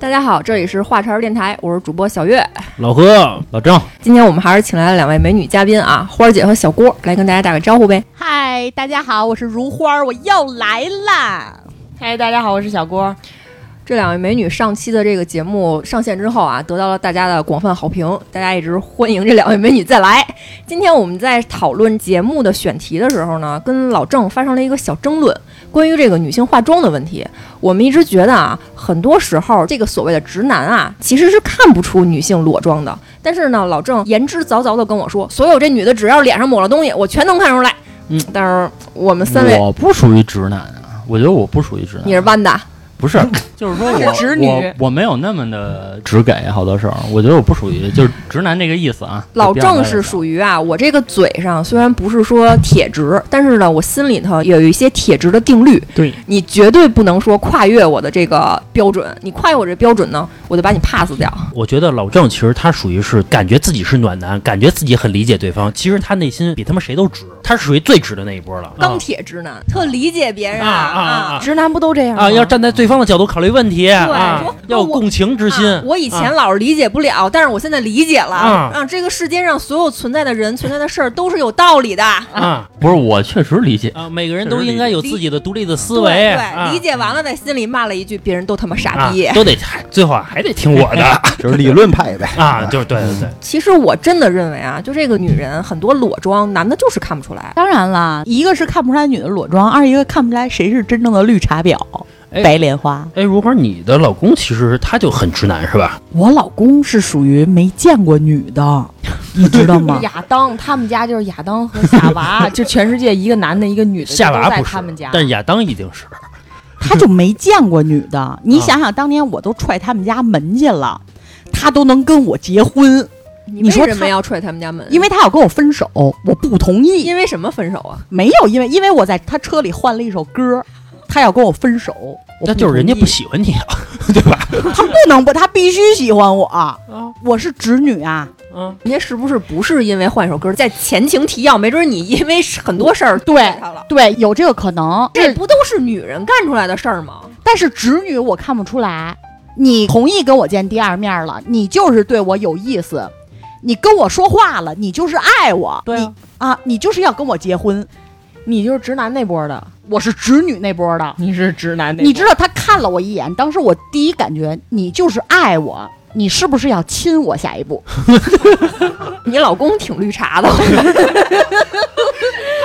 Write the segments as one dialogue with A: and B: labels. A: 大家好，这里是话茬儿电台，我是主播小月。
B: 老何、老郑，
A: 今天我们还是请来了两位美女嘉宾啊，花儿姐和小郭，来跟大家打个招呼呗。
C: 嗨，大家好，我是如花儿，我又来啦！
D: 嗨，大家好，我是小郭。
A: 这两位美女上期的这个节目上线之后啊，得到了大家的广泛好评，大家一直欢迎这两位美女再来。今天我们在讨论节目的选题的时候呢，跟老郑发生了一个小争论，关于这个女性化妆的问题。我们一直觉得啊，很多时候这个所谓的直男啊，其实是看不出女性裸妆的。但是呢，老郑言之凿凿的跟我说，所有这女的只要脸上抹了东西，我全能看出来。
B: 嗯，
A: 但是我们三位，
B: 我不属于直男啊，我觉得我不属于直
A: 你
B: 男，
A: 是弯的，
B: 不是， 就是说
D: 他是
B: 我
D: 直女
B: 我我没有那么的直给好多事儿，我觉得我不属于就是直男这个意思啊。
A: 老郑
B: 就是
A: 属于啊，我这个嘴上虽然不是说铁直，但是呢，我心里头有一些铁直的定律。
B: 对，
A: 你绝对不能说跨越我的这个标准，你跨越我这标准呢，我就把你 pass 掉。
E: 我觉得老郑其实他属于是感觉自己是暖男，感觉自己很理解对方，其实他内心比他们谁都直，他是属于最直的那一波了。
A: 钢铁直男，特理解别人
E: 啊啊啊
D: 直男不都这样吗？？
E: 啊，要站在对方的角度考虑问题啊
A: 说，
E: 要有共情之心。
A: 啊我以前老是理解不了，但是我现在理解了。
E: 啊
A: 啊，这个世界上所有存在的人、存在的事儿都是有道理的。
E: 啊
B: 不是，我确实理 解。
E: 啊，每个人都应该有自己的独立的思
A: 对
E: 维，
A: 对，
E: 啊
A: 理解完了，在心里骂了一句：“别人都他妈傻
E: 啊
A: 逼。，
E: 都得还最后还得听我的
F: 就是理论派呗。
E: 啊，就是对对对，
A: 其实我真的认为啊，就这个女人很多裸妆，男的就是看不出来。
C: 当然啦，一个是看不出来女的裸妆，二一个看不出来谁是真正的绿茶婊、
B: 哎
C: 白莲花。
B: 哎，如花，你的老公其实他就很直男是吧？
C: 我老公是属于没见过女 的，你知道吗
D: 亚当，他们家就是亚当和夏 娃，就全世界一个男的，一个女的，
E: 夏
D: 都
E: 娃
D: 在
E: 不
D: 他
E: 是
D: 们家，，
E: 但亚当一定是。
C: 他就没见过女的。你想想，当年我都踹他们家门去了，他都能跟我结婚，
A: 你
C: 你说
A: 为什么
C: 他
A: 要踹他们家门？啊
C: 因为他要跟我分手，我不同意。
A: 因为什么分手啊？
C: 没有，因为因为我在他车里换了一首歌，他要跟我分手，我
E: 那就是人家
C: 同
E: 不
C: 意
E: 喜欢你啊，
C: 他不啊能不，他必须喜欢我，我是直女啊，
A: 人家是不是不是因为换一首歌？在前情提要，没准你因为很多事儿
C: 对
A: 他了。
C: 对，有这个可能，
A: 这不都是女人干出来的事儿吗？
C: 但是直女我看不出来，你同意跟我见第二面了，你就是对我有意思。你跟我说话了，你就是爱我，
D: 对啊
C: 你啊，你就是要跟我结婚。
D: 你就是直男那波的，
C: 我是直女那波的，
D: 你是直男
C: 你知道他看了我一眼，当时我第一感觉，你就是爱我，你是不是要亲我？下 一步，
A: 你老公挺绿茶 的，
D: 她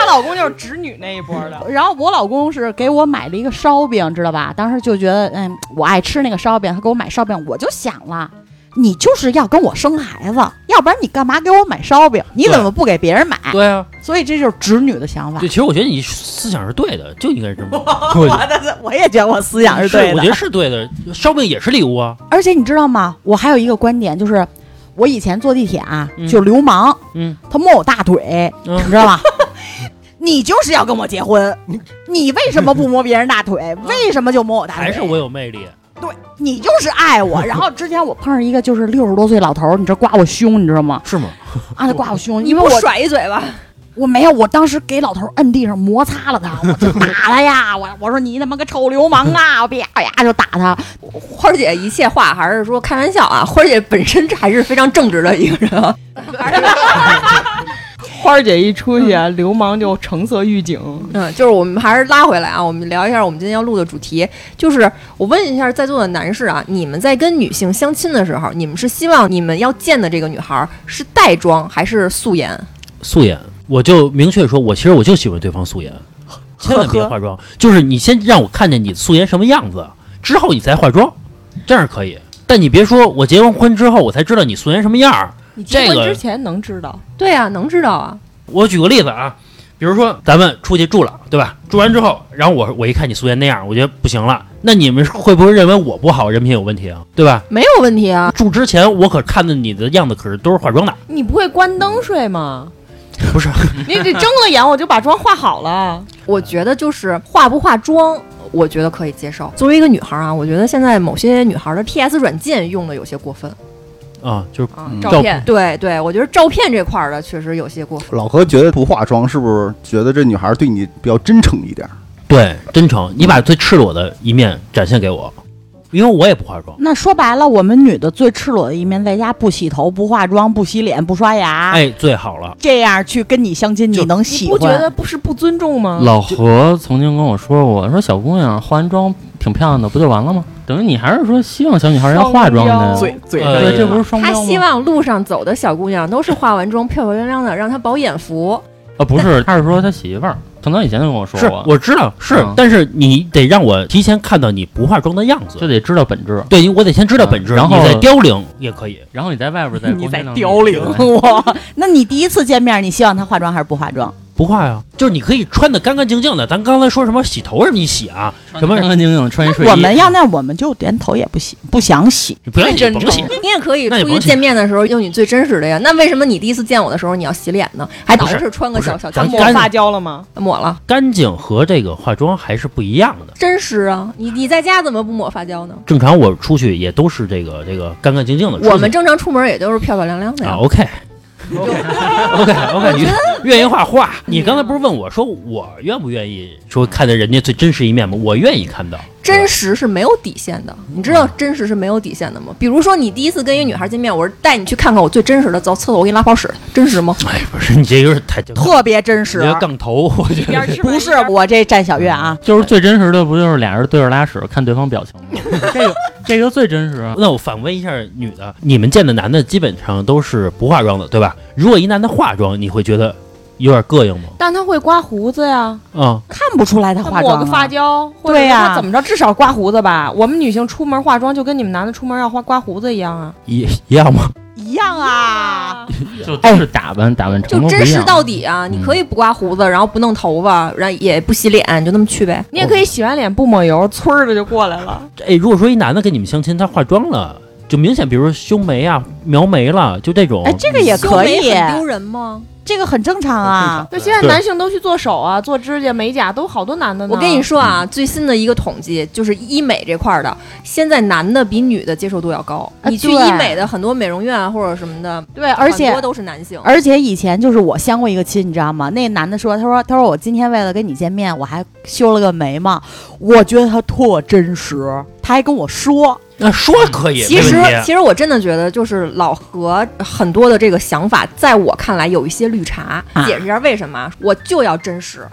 D: 老公就是直女那一波的，
C: 然后我老公是给我买了一个烧饼，知道吧？当时就觉得，嗯，我爱吃那个烧饼，他给我买烧饼，我就想了，你就是要跟我生孩子，要不然你干嘛给我买烧饼？你怎么不给别人买？
E: 对啊，
C: 所以这就是直女的想法
E: 对，。其实我觉得你思想是对的，就应该是这么。
C: 我的，我也觉得我思想是对
E: 我
C: 的
E: 觉。得是对的，烧饼也是礼物啊，
C: 而且你知道吗？我还有一个观点就是，我以前坐地铁啊，
E: 嗯
C: 就流氓，
E: 嗯，
C: 他摸我大腿，
E: 嗯
C: 你知 道吧？你就是要跟我结婚，你为什么不摸别人大腿？为什么就摸我大腿？
E: 还是我有魅力。
C: 你就是爱我。然后之前我碰上一个就是六十多岁老头儿，你这刮我胸，你知道吗？
E: 是吗？
C: 啊，他刮我胸，
A: 你
C: 因为
A: 不
C: 我
A: 甩一嘴巴？
C: 我没有，我当时给老头儿摁地上摩擦了他，我就打他呀，我我说你他妈个臭流氓啊，我啪呀就打他。
A: 花儿姐一切话还是说开玩笑啊，花儿姐本身还是非常正直的一个人 啊，还是
D: 花儿姐一出去，啊，流氓就橙色预警。
A: 嗯，就是我们还是拉回来啊，我们聊一下我们今天要录的主题，就是我问一下在座的男士啊，你们在跟女性相亲的时候，你们是希望你们要见的这个女孩儿是带妆还是素颜？
E: 素颜，我就明确说，我其实我就喜欢对方素颜，千万别化妆。就是你先让我看见你素颜什么样子，之后你再化妆，这样可以。但你别说，我结完婚之后我才知道你素颜什么样儿。
D: 你结婚
E: 这个
D: 之前能知道？
A: 对啊，能知道啊，
E: 我举个例子啊，比如说咱们出去住了，对吧？住完之后，然后我我一看你素颜那样，我觉得不行了。那你们会不会认为我不好，人品有问题啊？对吧？
A: 没有问题啊。
E: 住之前我可看的你的样子可是都是化妆的，
D: 你不会关灯睡吗？
E: 不是？
D: 你得睁了眼，我就把妆化好了。
A: 我觉得就是化不化妆，我觉得可以接受。作为一个女孩儿啊，我觉得现在某些女孩儿的 PS 软件用的有些过分
E: 啊，就是
A: 啊，
F: 嗯
A: 照片。对对，我觉得照片这块儿的确实有些过分。
F: 老何觉得不化妆是不是觉得这女孩对你比较真诚一点？
E: 对真诚，你把最赤裸的一面展现给我。因为我也不化妆。
C: 那说白了，我们女的最赤裸的一面，在家不洗头、不化妆、不洗脸、不刷牙，
A: 啊
E: 哎，最好了。
C: 这样去跟你相亲，你能喜
D: 你不觉
C: 欢？
D: 得不是不尊重
E: 嗯
D: 吗？
B: 老何曾经跟我说过，说小姑娘化完妆挺漂亮的，不就完了吗？等于你还是说希望小女孩要化妆的，
F: 嘴嘴
E: 呃
B: 对，这不是双
A: 他
B: 标
A: 希
B: 吗？
A: 望路上走的小姑娘都是化完妆漂漂亮亮的，让她饱眼福。
B: 啊，不是，他是说他媳妇儿，可能以前就跟我说
E: 是，
B: 过，
E: 我知道是
B: 啊嗯，
E: 但是你得让我提前看到你不化妆的样
B: 就
E: 子。
B: 得知道本质。
E: 对，我得先知道本质，
B: 嗯然后
E: 你再凋零也可以。
B: 然后你在外边再
D: 你在
B: 凋零，
C: 我，那你第一次见面，你希望她化妆还是不化妆？
E: 不化呀，就是你可以穿的干干净净的。咱刚才说什么洗头什么，你洗啊，什么
B: 干干净净穿一睡衣。
C: 我们要那我们就连头也不洗，不想洗。
E: 你不要洗，甭洗。
A: 你也可以
E: 那也
A: 出
E: 甭
A: 去
E: 洗
A: 见面的时候用你最真实的呀。那为什么你第一次见我的时候你要洗脸呢？还老
E: 不是
A: 是穿个
E: 不是
A: 小小
E: 咱
A: 汤
D: 抹
E: 干
D: 发胶了吗？
A: 抹了？
E: 干净和这个化妆还是不一样的。
A: 真实啊！你你在家怎么不抹发胶呢？
E: 正常我出去也都是这个这个干干净净的啊出去。
A: 我们正常出门也都是漂漂亮亮的
E: 啊
A: 呀。
E: ，OK。OK OK，你愿意画画。你刚才不是问我说我愿不愿意说看见人家最真实一面吗？我愿意看到。
A: 真实是没有底线的，你知
E: 嗯
A: 道真实是没有底线的吗？比如说你第一次跟一个女孩见面，我是带你去看看我最真实的，走厕所我给你拉泡屎，真实吗？
E: 哎，不是你啊这有点太
C: 特别真实
E: 你，这杠头，我觉得
C: 不是我这占小月啊，
B: 就是最真实的，不就是俩人对着拉屎看对方表情吗？ 这个这个最真实啊！
E: 那我反问一下女的，你们见的男的基本上都是不化妆的，对吧？如果一男的化妆，你会觉得有点膈应吗？
D: 但他会刮胡子呀，
E: 啊、
C: 看不出来她
D: 他
C: 化
D: 抹
C: 妆
D: 个
C: 啊。
D: 发胶，或者
C: 对呀
D: 说他怎么着，至少刮胡子吧。我们女性出门化妆就跟你们男的出门要花刮胡子一样啊。
E: 一一样吗？
C: 一样啊，
B: 就都是打扮打扮
A: 就
B: 成都不
A: 真
B: 一
A: 实
B: 样。
A: 到底啊！
E: 嗯
A: 你可以不刮胡子，然后不弄头发，然后也不洗脸，你就那么去呗。
D: 你也可以洗完脸不抹油，呲儿的就过来了。
E: 哎，如果说一男的跟你们相亲，他化妆了，就明显，比如说修眉啊、描眉了，就这种。
C: 哎，这个也
A: 修
C: 可
A: 眉
C: 以，
A: 很丢人吗？
C: 这个很正常啊。
D: 对，现在
F: 对
D: 男性都去做手啊，做指甲、美甲，都好多男的呢。
A: 我跟你说啊，最新的一个统计就是医美这块儿的，现在男的比女的接受度要高。
C: 啊
A: 你去
C: 对
A: 医美的很多美容院啊或者什么的，
D: 对，
C: 而且
A: 很多都是男性。
C: 而且以前就是我相过一个亲，你知道吗？那男的说，他说，他说我今天为了跟你见面，我还修了个眉毛，我觉得他特真实，他还跟我说，
E: 那说可以，
A: 其实
E: 没问，题
A: 其实我真的觉得，就是老何很多的这个想法，在我看来有一些绿茶。
C: 啊
A: 解释一下为什么？我就要真实，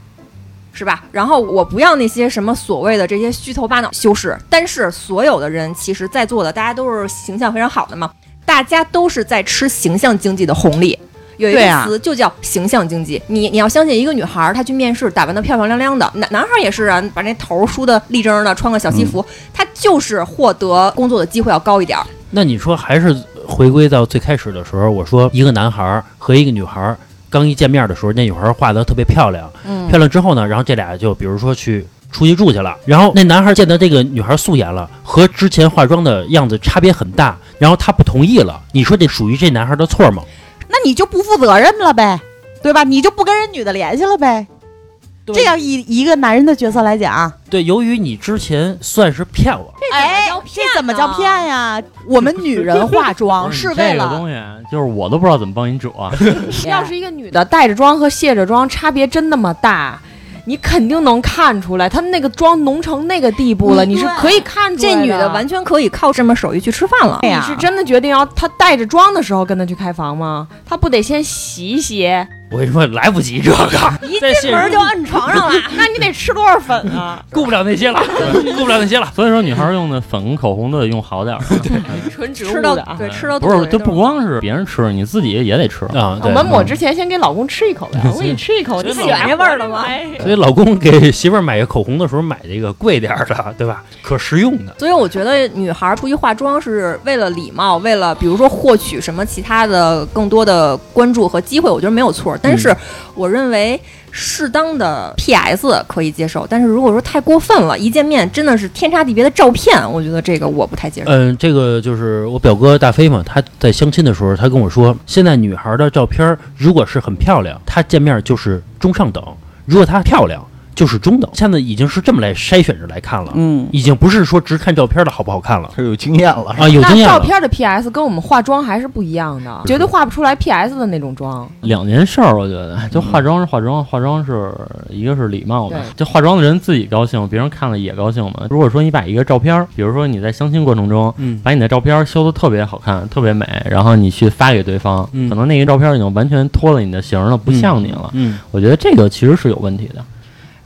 A: 是吧？然后我不要那些什么所谓的这些虚头巴脑修饰。但是所有的人，其实在座的大家都是形象非常好的嘛，大家都是在吃形象经济的红利。有一
C: 对
A: 个
C: 啊
A: 词就叫形象经济，你你要相信一个女孩儿，她去面试打扮得漂漂亮亮的，男男孩儿也是啊，把那头儿梳得立正的，穿个小西服，
B: 嗯
A: 他就是获得工作的机会要高一点儿。
E: 那你说还是回归到最开始的时候，我说一个男孩儿和一个女孩儿刚一见面的时候，那女孩儿画的特别漂亮，
A: 嗯
E: 漂亮之后呢，然后这俩就比如说去出去住去了，然后那男孩见到这个女孩素颜了，和之前化妆的样子差别很大，然后他不同意了，你说这属于这男孩的错吗？
C: 那你就不负责任了呗，对吧？你就不跟人女的联系了呗。
E: 对
C: 这样以一个男人的角色来讲，
E: 对，由于你之前算是骗我，
C: 哎，这怎么叫骗呀？我们女人化妆
B: 不
C: 是
B: 你
C: 为
B: 嗯这个
C: 了
B: 东西，啊就是我都不知道怎么帮你遮。
D: 要是一个女的带着妆和卸着妆差别真那么大，你肯定能看出来，她那个妆浓成那个地步了，
C: 嗯
D: 你是
C: 对
D: 可以看出来
A: 这女的
D: 的
A: 完全可以靠这门手艺去吃饭了
C: 哎。呀
D: 你是真的决定要她带着妆的时候跟她去开房吗？她不得先洗一洗？
E: 我跟你说来不及这个，
A: 一
E: 在
A: 进
B: 哎
E: 现实
A: 门就摁床上了，
D: 那你得吃多少粉啊？
E: 顾不了那些了，顾不了那些了。
B: 所以说，女孩用的粉跟口红都得用好点儿。
D: 纯植
A: 吃
D: 物
A: 到
D: 的啊。
A: 对吃到
B: 不是，
A: 肚子
B: 就
A: 里
B: 不光是别人吃，你自己也得吃。
E: 啊，
D: 我
E: 对。
D: 们抹之前先给老公吃一口 呗，我给你吃一口，
E: 所以
D: 你
E: 老
A: 公
D: 哎
E: 所以老公给媳妇儿买个口红的时候买这个贵点儿的，对吧？可实用的。
A: 所以我觉得女孩出去化妆是为了礼貌，为了比如说获取什么其他的更多的关注和机会，我觉得没有错。但是我认为适当的 PS 可以接受，但是如果说太过分了，一见面真的是天差地别的照片，我觉得这个我不太接受。
E: 嗯，这个就是我表哥大飞嘛，他在相亲的时候，他跟我说，现在女孩的照片儿如果是很漂亮，她见面就是中上等；如果她漂亮，就是中等。现在已经是这么来筛选着来看了，
C: 嗯，
E: 已经不是说只看照片的好不好看了
F: 他有经验了，
E: 啊，有经
D: 哎那
E: 验
D: 照
E: 了。
D: 片的 PS 跟我们化妆还是不一样的，绝对画不出来 PS 的那种妆。
B: 两件事儿，我觉得就化妆是化妆，化妆是一个是礼貌嘛
D: 对，
B: 就化妆的人自己高兴，别人看了也高兴嘛。如果说你把一个照片儿，比如说你在相亲过程中，
E: 嗯，
B: 把你的照片儿修的特别好看、特别美，然后你去发给对方，
E: 嗯
B: 可能那个照片儿已经完全脱了你的形了，不像你了。
E: 嗯，
B: 我觉得这个其实是有问题的。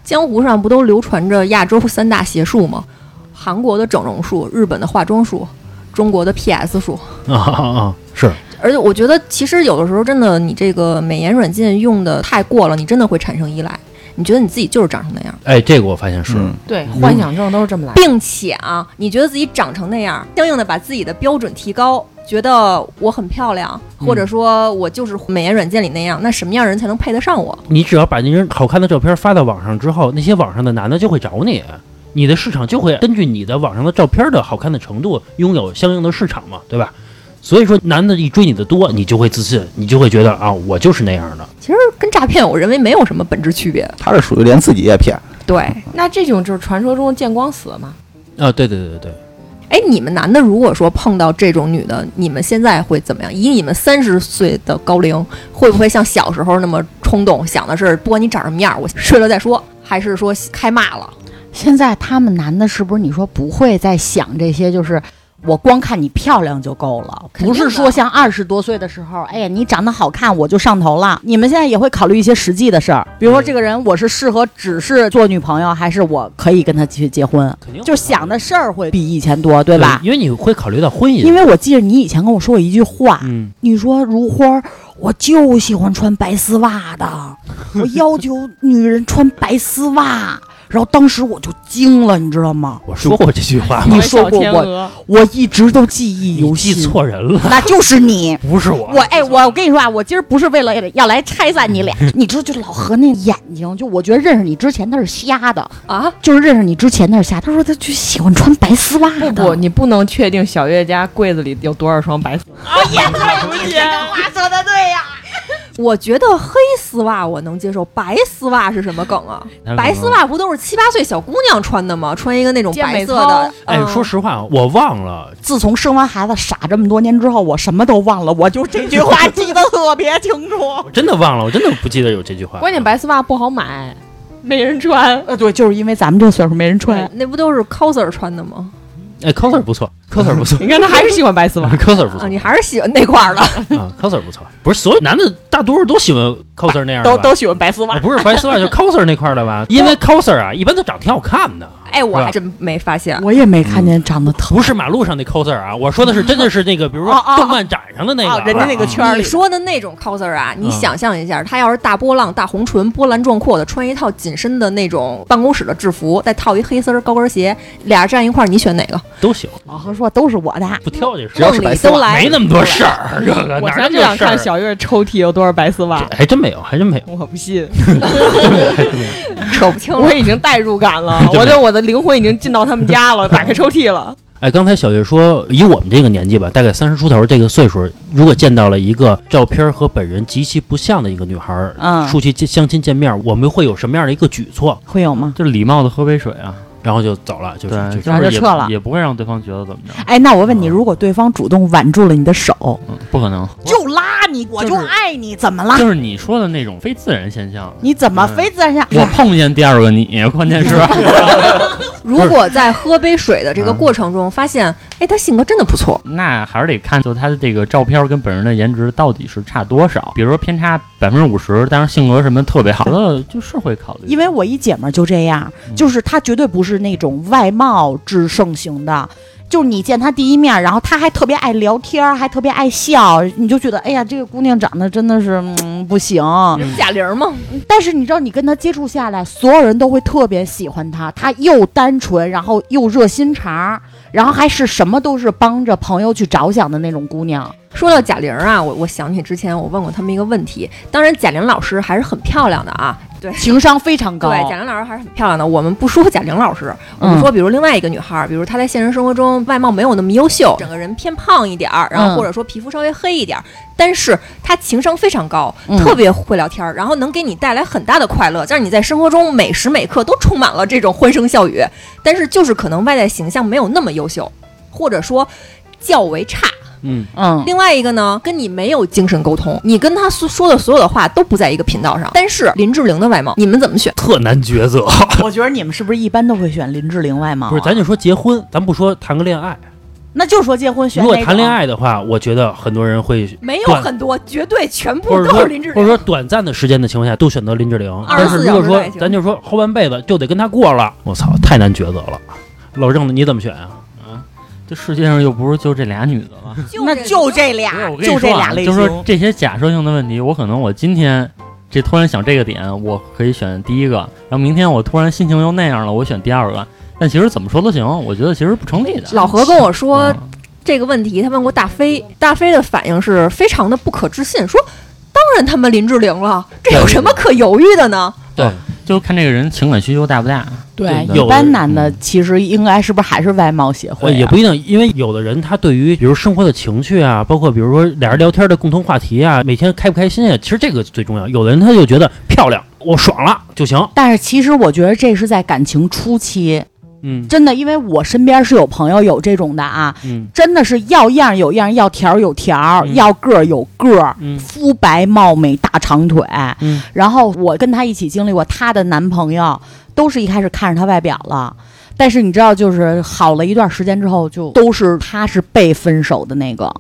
A: 江湖上不都流传着亚洲三大邪术吗？韩国的整容术，日本的化妆术，中国的 PS 术。
E: 啊啊啊，是
A: 而且我觉得，其实有的时候真的，你这个美颜软件用的太过了，你真的会产生依赖。你觉得你自己就是长成那样，
E: 哎，这个我发现是，
F: 嗯
D: 对，幻想症都是这么来的。
A: 并且啊，你觉得自己长成那样，相应的把自己的标准提高，觉得我很漂亮，
E: 嗯
A: 或者说我就是美颜软件里那样，那什么样人才能配得上我？
E: 你只要把那些好看的照片发到网上之后，那些网上的男的就会找你，你的市场就会根据你的网上的照片的好看的程度，拥有相应的市场嘛，对吧？所以说，男的一追你的多，你就会自信，你就会觉得啊，我就是那样的。
A: 其实跟诈骗，我认为没有什么本质区别。
F: 他这属于连自己也骗。
A: 对，
D: 那这种就是传说中的见光死嘛？
E: 啊，对对对对对，
A: 哎，你们男的如果说碰到这种女的，你们现在会怎么样？以你们三十岁的高龄，会不会像小时候那么冲动，想的是不管你长什么样，我睡了再说，还是说开骂了？
C: 现在他们男的是不是你说不会再想这些，就是我光看你漂亮就够了，
A: 肯定
C: 不
A: 的
C: 是说像二十多岁的时候，哎呀你长得好看我就上头了。你们现在也会考虑一些实际的事儿，比如说这个人我是适合只是做女朋友，还是我可以跟他去结婚，
E: 肯定
C: 就想的事儿会比以前多，对吧？
E: 因为你会考虑到婚姻，
C: 因为我记得你以前跟我说过一句话，
E: 嗯，
C: 你说如花儿，我就喜欢穿白丝袜的， 我要求女人穿白丝袜。然后当时我就惊了，你知道吗？
E: 我说过这句话吗？
C: 你说过我，
D: 我，
C: 我一直都记忆
E: 你
C: 犹新。
E: 记，错人了，。
C: 那就是你
E: 不是我。
C: 我哎，我我跟你说啊，我今儿不是为了要来拆散你 俩，你知道，就老何那眼睛，就我觉得认识你之前他是瞎的，
A: 啊，
C: 就是认识你之前他是瞎。他说他就喜欢穿白丝袜
D: 不
C: 的。
D: 不，你不能确定小月家柜子里有多少双白丝。
A: 我觉得黑丝袜我能接受，白丝袜是什么梗啊？白丝袜不都是七八岁小姑娘穿的吗？穿一个那种
D: 健
A: 白
D: 美
A: 色
D: 操
A: 的，
E: 哎，
A: 嗯
E: 说实话，我忘了，
C: 自从生完孩子傻这么多年之后，我什么都忘了，我就这句话记得特别清楚。
E: 我真的忘了，我真的不记得有这句话。
D: 关键白丝袜不好买，没人穿。
C: 呃，对，就是因为咱们这岁数没人穿。
A: 那不都是 coser 穿的吗？
E: 哎，coser 不错，coser 不错
D: 你看他还是喜欢白丝 袜。
E: ，coser 不
A: 啊，
E: 错
A: 你还是喜欢那块儿的。
E: 啊，coser 不错。不是所有男的大多数都喜欢 coser 那样的
C: 都
E: 吧
C: 都喜欢白丝袜
E: 啊，不是白丝袜，就 coser 那块儿的吧？因为 coser 啊，一般都长挺好看的，
A: 哎，我
E: 是吧
A: 还真没发现。
C: 我也没看见长得特
E: 不是马路上那 coser 啊。我说的是真的是那个，比如
C: 哦
E: 说
C: 哦哦
E: 动漫展上的那个
C: 啊，
E: 啊，
C: 人家那个圈儿里
A: 你说的那种 coser 啊，你
E: 嗯
A: 想象一下，他要是大波浪、大红唇、波澜壮阔的，穿一套紧身的那种办公室的制服，再套一黑丝儿高跟鞋，俩人站一块儿，你选哪个？
E: 都行，
C: 嗯老何说都是我的，
E: 不挑这事
F: 只要
E: 儿，
F: 是
A: 梦
F: 白
A: 里
F: 丝
A: 都
F: 袜，
A: 来，
E: 没那么多事儿，这个
D: 我
E: 哪
D: 才
E: 儿
D: 不
E: 那么
D: 想
E: 多事
D: 看
E: 儿？啊
D: 小月抽屉有多少白丝袜，
E: 还真没有，还真没有。
D: 我不信，
A: 扯不清了
D: 我。已经代入感了，
E: 对
D: 我的我的灵魂已经进到他们家了，打开抽屉 了。
E: 哎，刚才小月说，以我们这个年纪吧，大概三十出头这个岁数，如果见到了一个照片和本人极其不像的一个女孩儿，
C: 嗯
E: 出去见相亲见面，我们会有什么样的一个举措？
C: 会有吗？
B: 就礼貌的喝杯水啊，
E: 然后就走了，就是
B: 对，
E: 就是
C: 然后
B: 是
C: 就
B: 也
C: 撤了
B: 也不会让对方觉得怎么着，
C: 哎，那我问你，如果对方主动挽住了你的手，
B: 嗯，不可能，
C: 就拉你，我
B: 就是
C: 爱你，怎么啦？
B: 就是你说的那种非自然现象。
C: 你怎么非自然哎下？
B: 哎我碰见第二个你，关键是
A: 如果在喝杯水的这个过程中发现，哎，他性格真的不错，
B: 那还是得看，就他的这个照片跟本人的颜值到底是差多少。比如说偏差百分之五十，但是性格什么特别好，觉得呃就是会考虑。
C: 因为我一姐们儿就这样，
B: 嗯
C: 就是她绝对不是那种外貌至盛型的。就是你见她第一面，然后她还特别爱聊天儿，还特别爱笑，你就觉得哎呀，这个姑娘长得真的是嗯不行。
A: 贾玲吗？
C: 但是你知道，你跟她接触下来，所有人都会特别喜欢她。她又单纯，然后又热心肠儿，然后还是什么都是帮着朋友去着想的那种姑娘。
A: 说到贾玲啊，我我想起之前我问过他们一个问题，当然贾玲老师还是很漂亮的啊，对
C: 情商非常高。
A: 对，贾玲老师还是很漂亮的。我们不说贾玲老师，我
C: 哦嗯
A: 们说比如另外一个女孩儿，比如她在现实生活中外貌没有那么优秀，整个人偏胖一点儿，然
C: 嗯
A: 后或者说皮肤稍微黑一点儿，但是她情商非常高，
C: 嗯
A: 特别会聊天儿，然后能给你带来很大的快乐，让你在生活中每时每刻都充满了这种欢声笑语。但是就是可能外在形象没有那么优秀，或者说较为差。
E: 嗯，
C: 嗯
A: 另外一个呢，跟你没有精神沟通，你跟她所说的所有的话都不在一个频道
C: 嗯
A: 上。但是林志玲的外貌，你们怎么选？
E: 特难抉择。
A: 啊
C: 我觉得你们是不是一般都会选林志玲外貌啊？
E: 不是，咱就说结婚，咱不说谈个恋爱。
C: 那就说结婚选
E: 如果
C: 哪
E: 谈
C: 种
E: 恋爱的话，我觉得很多人会，
A: 没有
E: 断
A: 很多，绝对全部
E: 或者
A: 都
E: 说
A: 是林志
E: 或者
A: 玲。
E: 说短暂的时间的情况下，都选择林志玲。但是
A: 24
E: 如果
A: 小时
E: 说
A: 爱情
E: 咱就说后半辈子就得跟他过了，我操，太难抉择了。老郑，你怎么选啊？
B: 嗯这世界上又不是就这俩女的了。
C: 那就
B: 不
C: 这
B: 是
C: 俩
B: 我，跟你
C: 就这
B: 说
C: 俩
B: 啊，
C: 类
B: 就
C: 型。
B: 是说这些假设性的问题，我可能我今天这突然想这个点，我可以选第一个，然后明天我突然心情又那样了，我选第二个。但其实怎么说都行，我觉得其实不成立的。
A: 老何跟我说
E: 啊
B: 嗯
A: 这个问题，他问过大飞，大飞的反应是非常的不可置信，说：“当然他们林志玲了，这有什么可犹豫的呢
B: 就看这个人情感需求大不大。
C: 对，
E: 有
C: 一般男的其实应该是不是还是外貌协
E: 呃，
C: 会啊？
E: 也不一定，因为有的人他对于比如生活的情趣啊，包括比如说俩人聊天的共同话题啊，每天开不开心啊，其实这个最重要。有的人他就觉得漂亮，我爽了就行。
C: 但是其实我觉得这是在感情初期，
E: 嗯
C: 真的，因为我身边是有朋友有这种的啊，
E: 嗯
C: 真的是要样有样，要条有条，
E: 嗯
C: 要个儿有个儿，
E: 嗯
C: 肤白貌美大长腿。
E: 嗯
C: 然后我跟她一起经历过，她的男朋友都是一开始看着她外表了。但是你知道，就是好了一段时间之后，就都是她是被分手的那个，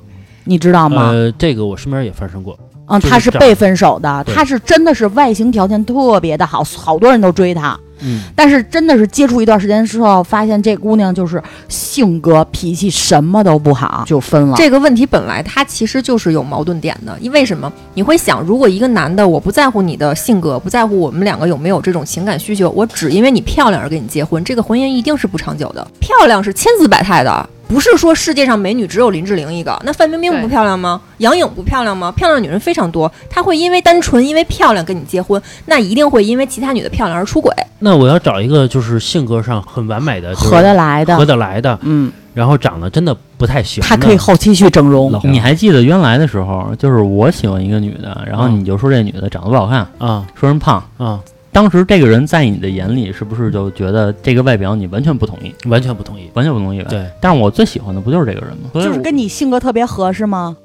C: 你知道吗？
E: 呃，这个我身边也发生过。
C: 嗯，
E: 呃就是
C: 她是
E: 这样
C: 被分手的，
E: 对
C: 她是真的是外形条件特别的好，好多人都追她。
E: 嗯，
C: 但是真的是接触一段时间之后，发现这姑娘就是性格、脾气什么都不好，就分？”了。
A: 这个问题本来它其实就是有矛盾点的，因为什么？你会想，如果一个男的我不在乎你的性格，不在乎我们两个有没有这种情感需求，我只因为你漂亮而跟你结婚，这个婚姻一定是不长久的。漂亮是千姿百态的。不是说世界上美女只有林志玲一个，那范冰冰不
D: 对
A: 漂亮吗？杨颖不漂亮吗？漂亮女人非常多，她会因为单纯因为漂亮跟你结婚，那一定会因为其他女的漂亮而出轨。
E: 那我要找一个就是性格上很完美的，就是
C: 合得来的
E: 合，得来的，
C: 嗯，
E: 然后长得真的不太行的。
C: 她可以后期去整容
E: 老。
B: 你还记得原来的时候，就是我喜欢一个女的，然后
E: 嗯
B: 你就说这女的长得不好看，
E: 啊
B: 说人胖。
E: 啊，
B: 当时这个人在你的眼里，是不是就觉得这个外表你完全不同意，
E: 完全不同意。
B: 完全不同意吧？
E: 对，
B: 但是我最喜欢的不就是这个人吗？
C: 就是跟你性格特别合是吗？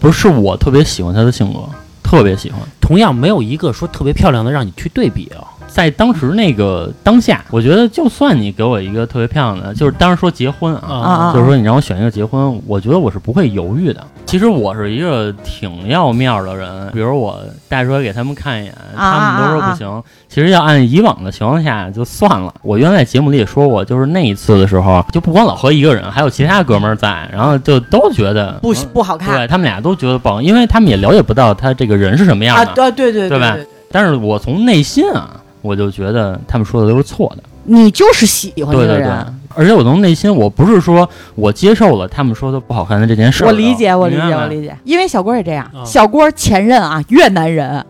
B: 不是我特别喜欢他的性格，特别喜欢。
E: 同样没有一个说特别漂亮的让你去对比啊。
B: 在当时那个当下，我觉得就算你给我一个特别漂亮的，就是当时说结婚啊，
C: 啊啊，
B: 就是说你让我选一个结婚，我觉得我是不会犹豫的。其实我是一个挺要面儿的
C: 嗯
B: 人，比如我带出来给他们看一眼，
C: 啊
B: 他们都说不行。其实要按以往的情况下就算了。我原来节目里也说过，就是那一次的时候，就不光老何一个人，还有其他哥们儿在，然后就都觉得
C: 不
B: 嗯
C: 不好看
B: 对他们俩都觉得不好，因为他们也了解不到他这个人是什么样
C: 啊！
B: 的。
C: 对对对
B: 对吧？但是我从内心啊，我就觉得他们说的都是错的。
C: 你哦就是啊喜欢这
B: 对
C: 个
B: 对对
C: 人，，
B: 而且我从内心，我不是说我接受了他们说的不好看的这件事儿。
C: 我理解，我理
B: 明
C: 解，
B: 白吗
C: 我理解。因为小郭也这样，
E: 啊
C: 小郭前任啊，越南人，
E: 啊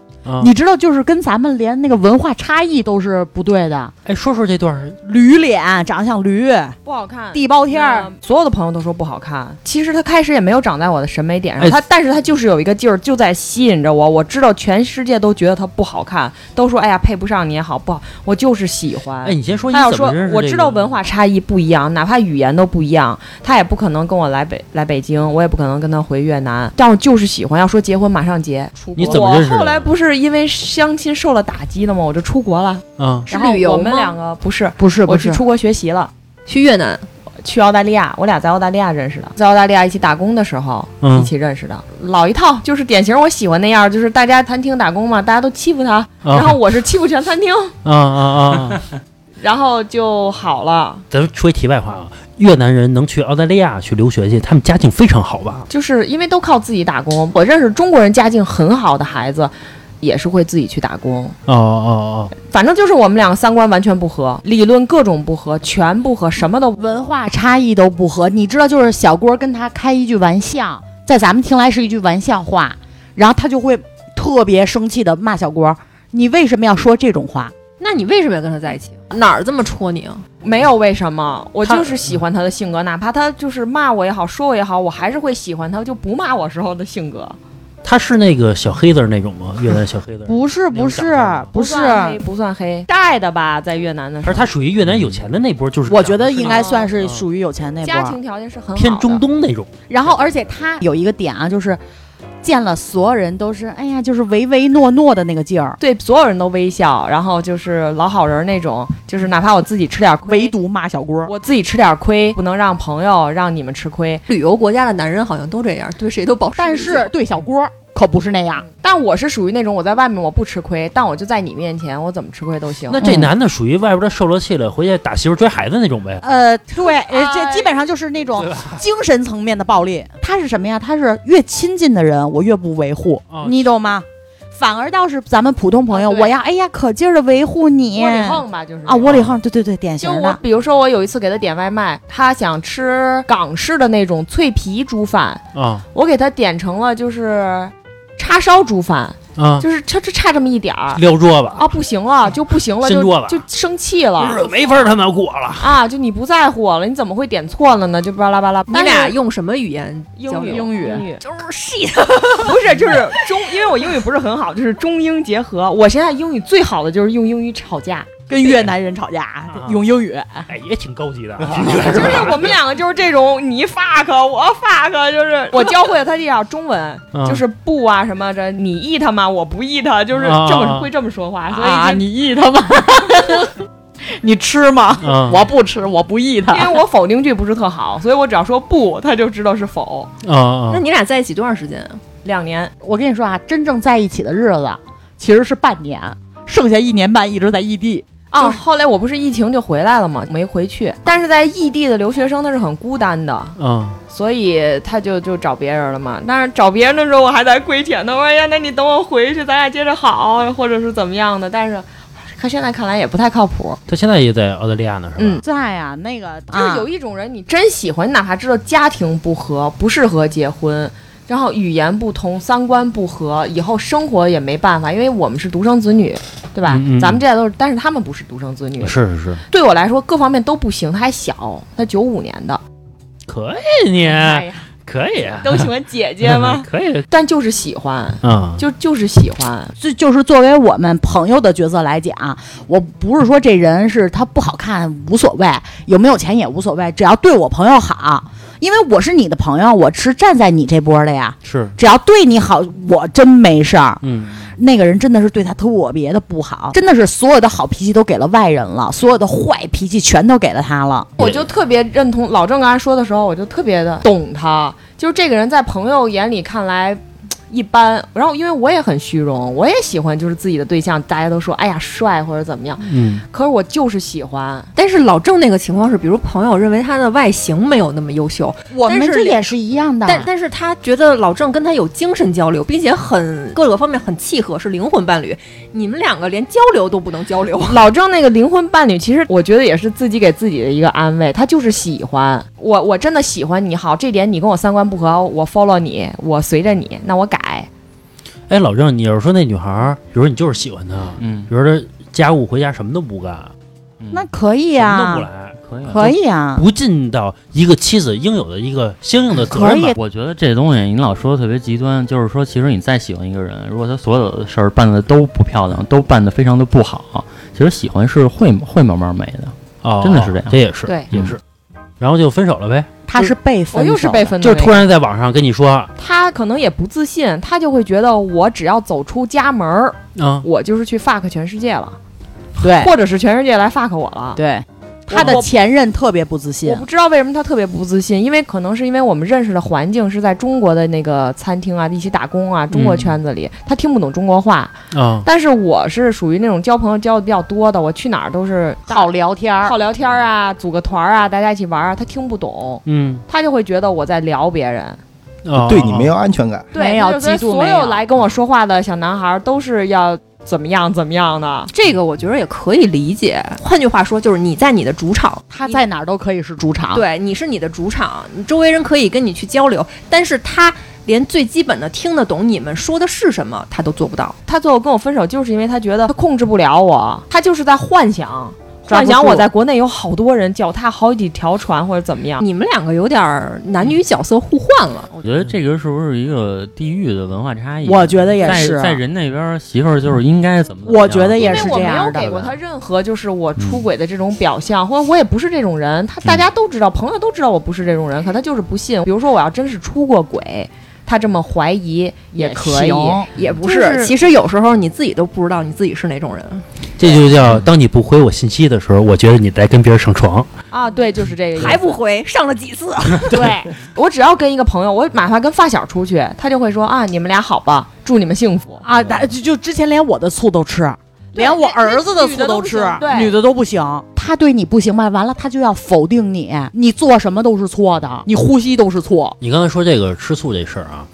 C: 你知道，就是跟咱们连那个文化差异都是不对的。
E: 哎，说说这段儿
C: 驴脸，长得像驴，
D: 不好看。嗯
C: 地包天儿，
D: 那所有的朋友都说不好看。其实他开始也没有长在我的审美点
E: 哎
D: 上，他但是他就是有一个劲儿，就在吸引着我。我知道全世界都觉得他不好看，都说哎呀配不上你也好不好，我就是喜欢。
E: 哎，你先说你
D: 他要
E: 怎么
D: 说
E: 认识这个人的？
D: 我知道文化差异不一样，哪怕语言都不一样，他也不可能跟我来北来北京，我也不可能跟他回越南。但我就是喜欢，要说结婚马上结。出
E: 你
D: 国
E: 怎么认识的
D: 我后来不是因为相亲受了打击了吗？我就出国了。
E: 啊，
A: 是
D: 然后
A: 旅游
D: 我们
A: 吗
D: 两个不是，
C: 不是
D: 我
C: 不
D: 去
C: 是，
D: 出国学习了。
A: 去越南，
D: 去澳大利亚，我俩在澳大利亚认识的，在澳大利亚一起打工的时候、
E: 嗯
D: 一起认识的，老一套，就是典型我喜欢那样，就是大家餐厅打工嘛，大家都欺负他，
E: 嗯
D: 然后我是欺负全餐厅，
E: 啊啊啊！
D: 然后就好了，
E: 咱们说一题外话啊，越南人能去澳大利亚去留学去，他们家境非常好吧？
D: 就是因为都靠自己打工。我认识中国人家境很好的孩子，也是会自己去打工，
E: 哦哦哦，
D: 反正就是我们两个三观完全不合，理论各种不合，全不合，什么都不
C: 文化差异都不合。你知道，就是小郭跟他开一句玩笑，在咱们听来是一句玩笑话，然后他就会特别生气的骂小郭。你为什么要说这种话？
A: 那你为什么要跟他在一起？哪儿这么戳你啊？
D: 没有为什么，我
E: 他
D: 就是喜欢他的性格，哪怕他就是骂我也好，说我也好，我还是会喜欢他，就不骂我时候的性格。
E: 他是那个小黑子儿那种吗？越南小黑子儿，
C: 不是
E: 没有长
C: 不是
E: 相吗
C: 不是，
D: 算黑，不算黑，晒的吧，在越南的时
E: 而
D: 候，
E: 他属于越南有钱的那波，就是
C: 我觉得
E: 长
C: 应
E: 得
C: 该
D: 吗
C: 算是
E: 嗯
C: 属于有钱那波
D: 家
C: 儿。
D: 庭条件是很好的
E: 偏中东那种。
C: 然后，而且他有一个点啊，就是见了所有人都是哎呀，就是唯唯诺诺的那个劲儿，
D: 对所有人都微笑，然后就是老好人那种，就是哪怕我自己吃点亏，
C: 唯独骂小郭儿。
D: 我自己吃点亏，不能让朋友让你们吃亏。
A: 旅游国家的男人好像都这样，对谁都保持
C: 但
A: 理性。
C: 是对小郭儿可不是那样。
D: 但我是属于那种我在外面我不吃亏，但我就在你面前我怎么吃亏都行。
E: 那这男的属于外边的受了气了，回去打媳妇追孩子那种呗。
C: 呃， 对，呃，
D: 哎
C: 这基本上就是那种
E: 对
C: 精神层面的暴力。他是什么呀？他是越亲近的人，我越不维护，
E: 哦
C: 你懂吗？反而倒是咱们普通朋友，
D: 啊对
C: 我要哎呀可劲儿的维护你
D: 窝里横吧，就是
C: 啊，窝里。横，对啊对对，典型
D: 就我
C: 的，
D: 比如说，我有一次给他点外卖，他想吃港式的那种脆皮猪饭，
E: 啊
D: 我给他点成了就是叉烧猪饭，
E: 啊，
D: 就是差就差这么一点儿
E: 撩桌子，
D: 啊，不行了，就不行了，
E: 伸
D: 就
E: 桌子
D: 就生气了。
E: 不是没法他妈过了。
D: 啊，就你不在乎我了，你怎么会点错了呢？就巴拉巴拉。
A: 你
D: 但是
A: 俩用什么语言交流？嗯
D: 英语
A: 语
D: 语
A: 就是 shit。
D: 不是就是中，因为我英语不是很好，就是中英结合。我现在英语最好的就是用英语吵架，
C: 跟越南人吵架
E: 啊
C: 用英语，
E: 哎，也挺高级的。
D: 啊就是我们两个就是这种你 fuck 我 fuck，就是我教会了他这样中文，
E: 嗯
D: 就是不啊什么这你 eat 吗？我不 eat，就是
E: 啊
D: 这么会这么说话，所以
C: 啊，
D: 就。
C: 你意他吗？ 你吃吗？
E: 啊
C: 我不吃，我不意
D: 因
C: 他。
D: 为我否定句不是特好，所以我只要说不，他就知道是否。
E: 啊啊
A: 那！你俩在一起多长时间啊？
D: 两年，
C: 我跟你说啊，真正在一起的日子其实是半年，剩下一年半一直在异地。
D: 啊、
C: 就是
D: 后来我不是疫情就回来了嘛，没回去。但是在异地的留学生他是很孤单的，
E: 啊，
D: 所以他就就找别人了嘛。但是找别人的时候我还在亏欠他，我说哎呀，那你等我回去，咱俩接着好，或者是怎么样的。但是看现在看来也不太靠谱。
E: 他现在也在澳大利亚呢，是吧？
D: 嗯
C: 在啊，那个
D: 就是有一种人，你真喜欢，你哪怕知道家庭不合，不适合结婚。然后语言不通，三观不合，以后生活也没办法，因为我们是独生子女，对吧？
E: 嗯嗯嗯
D: 咱们这代都是，但是他们不是独生子女，
E: 是是是，
D: 对我来说各方面都不行，他还小，他九五年的，
E: 可以你
D: 哎呀，
E: 可以，啊
D: 都喜欢姐姐吗？
E: 可以
D: 但就是喜欢，
E: 啊，
D: 就就是喜欢，
C: 就就是作为我们朋友的角色来讲，啊我不是说这人是他不好看无所谓，有没有钱也无所谓，只要对我朋友好，因为我是你的朋友，我是站在你这波的呀。
E: 是
C: 只要对你好，我真没事儿。
E: 嗯，
C: 那个人真的是对他特别的不好，真的是所有的好脾气都给了外人了，所有的坏脾气全都给了他了。
D: 我就特别认同老郑刚才说的时候，我就特别的懂他，就是这个人在朋友眼里看来。嘖一般，然后因为我也很虚荣，我也喜欢就是自己的对象，大家都说哎呀帅或者怎么样，
E: 嗯
D: 可是我就是喜欢，
A: 但是老郑那个情况是，比如朋友认为他的外形没有那么优秀，
C: 我们
A: 但是
C: 这也是一样的，
A: 但但是他觉得老郑跟他有精神交流，并且很各个方面很契合，是灵魂伴侣。你们两个连交流都不能交流，
D: 老郑那个灵魂伴侣，其实我觉得也是自己给自己的一个安慰，他就是喜欢我，我真的喜欢你好，这点你跟我三观不合，我 follow 你，我随着你，那我改。
E: 哎，老郑，你要是说那女孩儿，比如你就是喜欢她，
B: 嗯
E: 比，如她家务回家什么都不干，
B: 嗯
C: 那可以
E: 什么都不
C: 啊，
E: 来，
B: 可以啊。
C: 可以啊，
E: 不尽到一个妻子应有的一个相应的责
C: 可
E: 任
C: 以
E: 吧。
B: 我觉得这东西你老说特别极端，就是说，其实你再喜欢一个人，如果他所有的事儿办的都不漂亮，都办的非常的不好，其实喜欢是会会慢慢没的。
E: 哦
B: 真的是这样
E: 这嗯也是，
D: 对
E: 也是。然后就分手了呗，
C: 他是被分
D: 我又是
C: 手
D: 被
C: 的
D: 分的
E: 就
D: 那个，
E: 是突然在网上跟你说啊，
D: 他可能也不自信，他就会觉得我只要走出家门儿，
E: 嗯啊
D: 我就是去 fuck 全世界了，
C: 对
D: 或者是全世界来 fuck 我了。
C: 对，他的
D: 我
C: 前任特别不自信
D: 我，不知道为什么他特别不自信，因为可能是因为我们认识的环境是在中国的那个餐厅啊，一起打工啊，中国圈子里，他听不懂中国话。
E: 啊，
D: 但是我是属于那种交朋友交的比较多的，我去哪儿都是
C: 好聊天儿
D: 好聊天儿啊，组个团儿啊，大家一起玩儿啊，他听不懂，
E: 嗯，
D: 他就会觉得我在聊别人。
E: 啊
F: 对你没有安全感。
D: 对，
C: 没有
D: 就是跟
C: 极度
D: 所
C: 没
D: 有
C: 有
D: 来跟我说话的小男孩儿都是要怎么样怎么样的。
A: 这个我觉得也可以理解。换句话说，就是你在你的主场，
C: 他在哪儿都可以是主场。
A: 对，你是你的主场，你周围人可以跟你去交流，但是他连最基本的听得懂你们说的是什么，他都做不到。
D: 他最后跟我分手，就是因为他觉得他控制不了我，他就是在幻想，
C: 抓
D: 幻
C: 不
D: 想我
C: 住
D: 在国内有好多人脚踏好几条船或者怎么样。
A: 你们两个有点儿男女角色互换了，
B: 我觉得这个是不是一个地域的文化差异？
C: 我觉得也
B: 在
C: 是啊
B: 在人那边儿媳妇儿就是应该怎么怎么样？
C: 我觉得也
D: 嗯因
C: 是
D: 为我
C: 这
D: 没有
C: 样的
D: 给过他任何就是我出轨的这种表象，或者我也不是这种人。他大家都知道，朋友都知道我不是这种人，可他就是不信。比如说，我要真是出过轨，他这么怀疑也可以。
C: 行
A: 也不。
D: 就是是
A: 其实有时候你自己都不知道你自己是哪种人。
E: 这就叫当你不回我信息的时候，我觉得你在跟别人上床。
D: 啊，对，就是这个意思。
A: 还不回，上了几次？
D: 对，我只要跟一个朋友，我哪怕跟发小出去，他就会说啊，你们俩好吧，祝你们幸福。
C: 啊，那就就之前连我的醋都吃，
D: 对
C: 连我儿子的
D: 女
C: 醋
D: 的都
C: 都
D: 不
C: 吃
D: 行，对
C: 女的都不行。他对你不行吧，完了他就要否定你，你做什么都是错的，你呼吸都是错。
E: 你刚才说这个吃醋这事儿啊，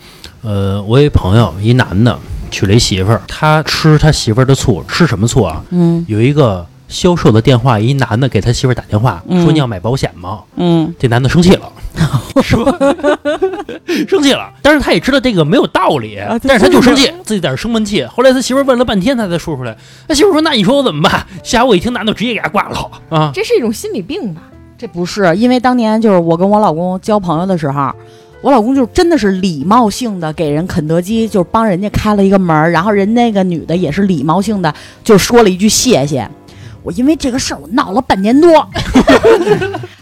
E: 呃，我有一朋友，一男的娶了一媳妇儿，他吃他媳妇儿的醋，吃什么醋啊？
C: 嗯
E: 有一个销售的电话，一男的给他媳妇儿打电话说
C: 嗯
E: 你要买保险吗？
C: 嗯，
E: 这男的生气了，是吧？生气了，但是他也知道这个没有道理，
C: 啊对
E: 但是他就生气，自己在这生闷气。后来他媳妇儿问了半天，他才说出来。他媳妇儿说：“那你说我怎么办？” 吓我一听，男的直接给他挂了啊！
D: 这是一种心理病吧？
C: 这不是因为当年就是我跟我老公交朋友的时候。我老公就真的是礼貌性的给人肯德基，就是帮人家开了一个门儿，然后人那个女的也是礼貌性的就说了一句谢谢。我因为这个事儿我闹了半 年多，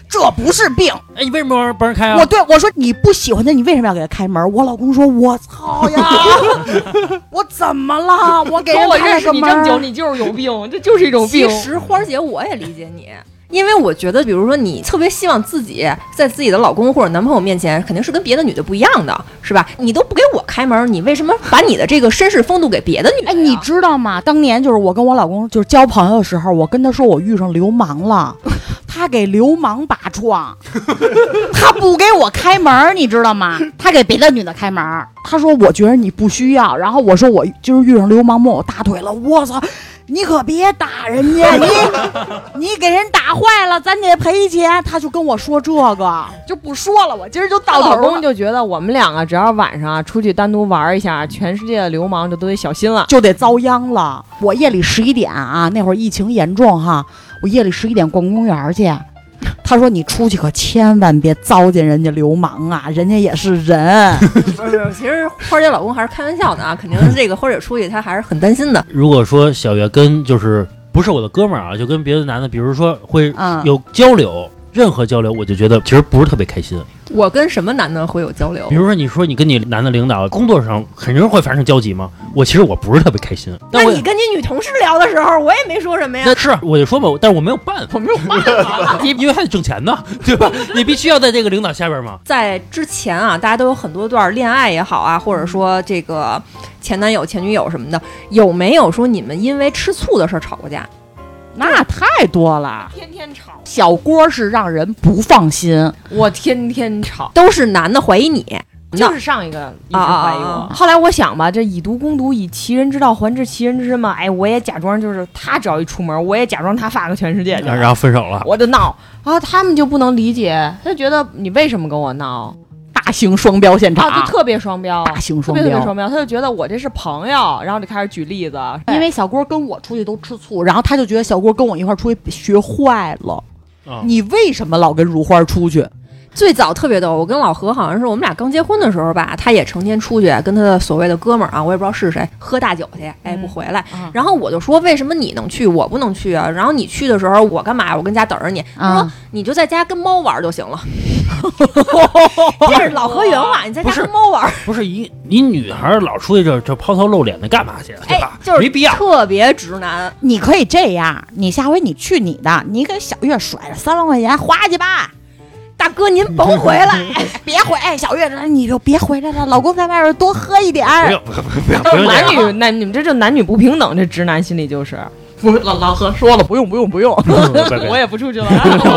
C: 这不是病，
E: 哎，你为什么帮人开啊
C: 我？对我说你不喜欢他，你为什么要给他开门？我老公说：“我 操呀，我怎么了？我给人
D: 我
C: 开
D: 认
C: 了
D: 识
C: 个
D: 你
C: 门
D: 这么久，
C: 儿。
D: 你就是有病，这就是一种 病
A: 其。实花儿姐我也理解你，因为我觉得，比如说你特别希望自己在自己的老公或者男朋友面前，肯定是跟别的女的不一样的，是吧？你都不给我开门，你为什么把你的这个绅士风度给别的女的
C: 哎，
A: 呀？
C: 你知道吗？当年就是我跟我老公就是交朋友的时候，我跟他说我遇上流氓 了，他给流氓拔创， 他不给我开门儿，你知道吗？他给别的女的开门儿，他说我觉得你不需要，然后我说我就是遇上流氓摸我大腿了，我操！你可别打人家， 你你给人打坏了，咱得赔钱。他就跟我说这个，就不说了，我今儿就
D: 她
C: 到
D: 老
C: 头
D: 公
C: 了，
D: 就觉得我们两个只要晚上啊出去单独玩一下，全世界的流氓就都得小心了。
C: 就得遭殃了。我夜里十一点啊，那会儿疫情严重哈，我夜里十一点逛公园儿去。他说：“你出去可千万别糟践人家流氓啊，人家也是人。
A: 不是，嗯其实花儿姐老公还是开玩笑的啊，肯定是这个花儿姐出去，她还是很担心的。
E: 如果说小月跟就是不是我的哥们儿啊，就跟别的男的，比如说会
C: 嗯，
E: 有交流，任何交流，我就觉得其实不是特别开心。
A: 我跟什么男的会有交流
E: 比？如说，你说你跟你男的领导工作上肯定会发生交集嘛，我其实我不是特别开心。
A: 那
E: 但我
A: 你跟你女同事聊的时候，我也没说什么呀。
E: 那是我就说吧，但是我没有办法，我没有办法，因为还得挣钱呢，对吧？你必须要在这个领导下边嘛。
A: 在之前啊，大家都有很多段恋爱也好啊，或者说这个前男友、前女友什么的，有没有说你们因为吃醋的事儿吵过架？
C: 那太多了。
D: 天天吵，
C: 小郭是让人不放心。
D: 我天天吵，
A: 都是男的怀疑你，
D: 就是上一个一直怀疑我。
A: 啊啊啊
D: 后来我想吧，这以毒攻毒，以其人之道还治其人之身嘛。哎，我也假装就是他只要一出门，我也假装他发个全世界去了，
E: 啊然后分手了，
D: 我就闹。然后他们就不能理解，他就觉得你为什么跟我闹
C: 大型双标现场，
D: 啊？就特别双标，
C: 大型
D: 特
C: 双
D: 别特别
C: 标
D: 双。标。他就觉得我这是朋友，然后就开始举例子，
C: 因为小郭跟我出去都吃醋，然后他就觉得小郭跟我一块儿出去学坏了。
E: 啊
C: 你为什么老跟如花出去？
A: 最早特别逗，我跟老何好像是我们俩刚结婚的时候吧，他也成天出去跟他的所谓的哥们儿啊，我也不知道是谁，喝大酒去，哎不回来。
C: 嗯
A: 然后我就说为什么你能去，我不能去啊？然后你去的时候我干嘛呀？我跟家等着你。他说
C: 啊
A: 你就在家跟猫玩就行了。这是老何原话，你在家
E: 不是
A: 跟猫玩，
E: 不是一你女孩老出去这这抛头露脸的干嘛去？对
A: 哎
E: 吧？，
A: 就是
E: 没必要。
A: 特别直男。
C: 你可以这样，你下回你去你的，你给小月甩了三万块钱花去吧，
A: 大哥，您甭回来，
C: 别回。哎，小月，你就别回来了，老公在外边多喝一点
E: 不
C: 儿
E: 要。不要不要
D: 就
E: 不
D: 是
E: 要这
D: 男
E: 样！
D: 女男你们这就男女不平等，这直男心理就是。
C: 不，老老何说了，不用不用不用。
E: 别别
D: 我也不出去了。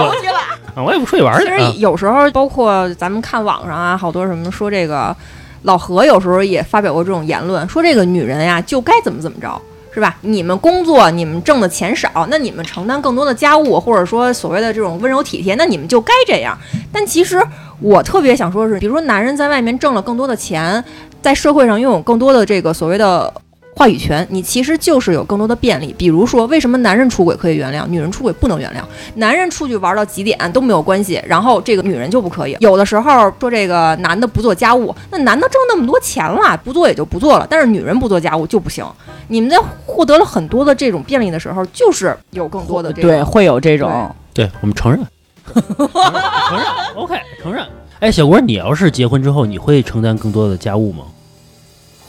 E: 啊我也不出去玩
A: 其
E: 去。啊
A: 实有时候，包括咱们看网上啊，好多什么说这个老何有时候也发表过这种言论，说这个女人呀就该怎么怎么着。是吧？你们工作，你们挣的钱少，那你们承担更多的家务，或者说所谓的这种温柔体贴，那你们就该这样。但其实我特别想说的是，比如说男人在外面挣了更多的钱，在社会上拥有更多的这个所谓的话语权，你其实就是有更多的便利。比如说，为什么男人出轨可以原谅，女人出轨不能原谅？男人出去玩到几点都没有关系，然后这个女人就不可以。有的时候说这个男的不做家务，那男的挣那么多钱了，不做也就不做了，但是女人不做家务就不行。你们在获得了很多的这种便利的时候，就是有更多的这
C: 对，
A: 种
C: 会有这种。
E: 对我们承认，承认承认，OK，承认。哎，小郭，你要是结婚之后，你会承担更多的家务吗？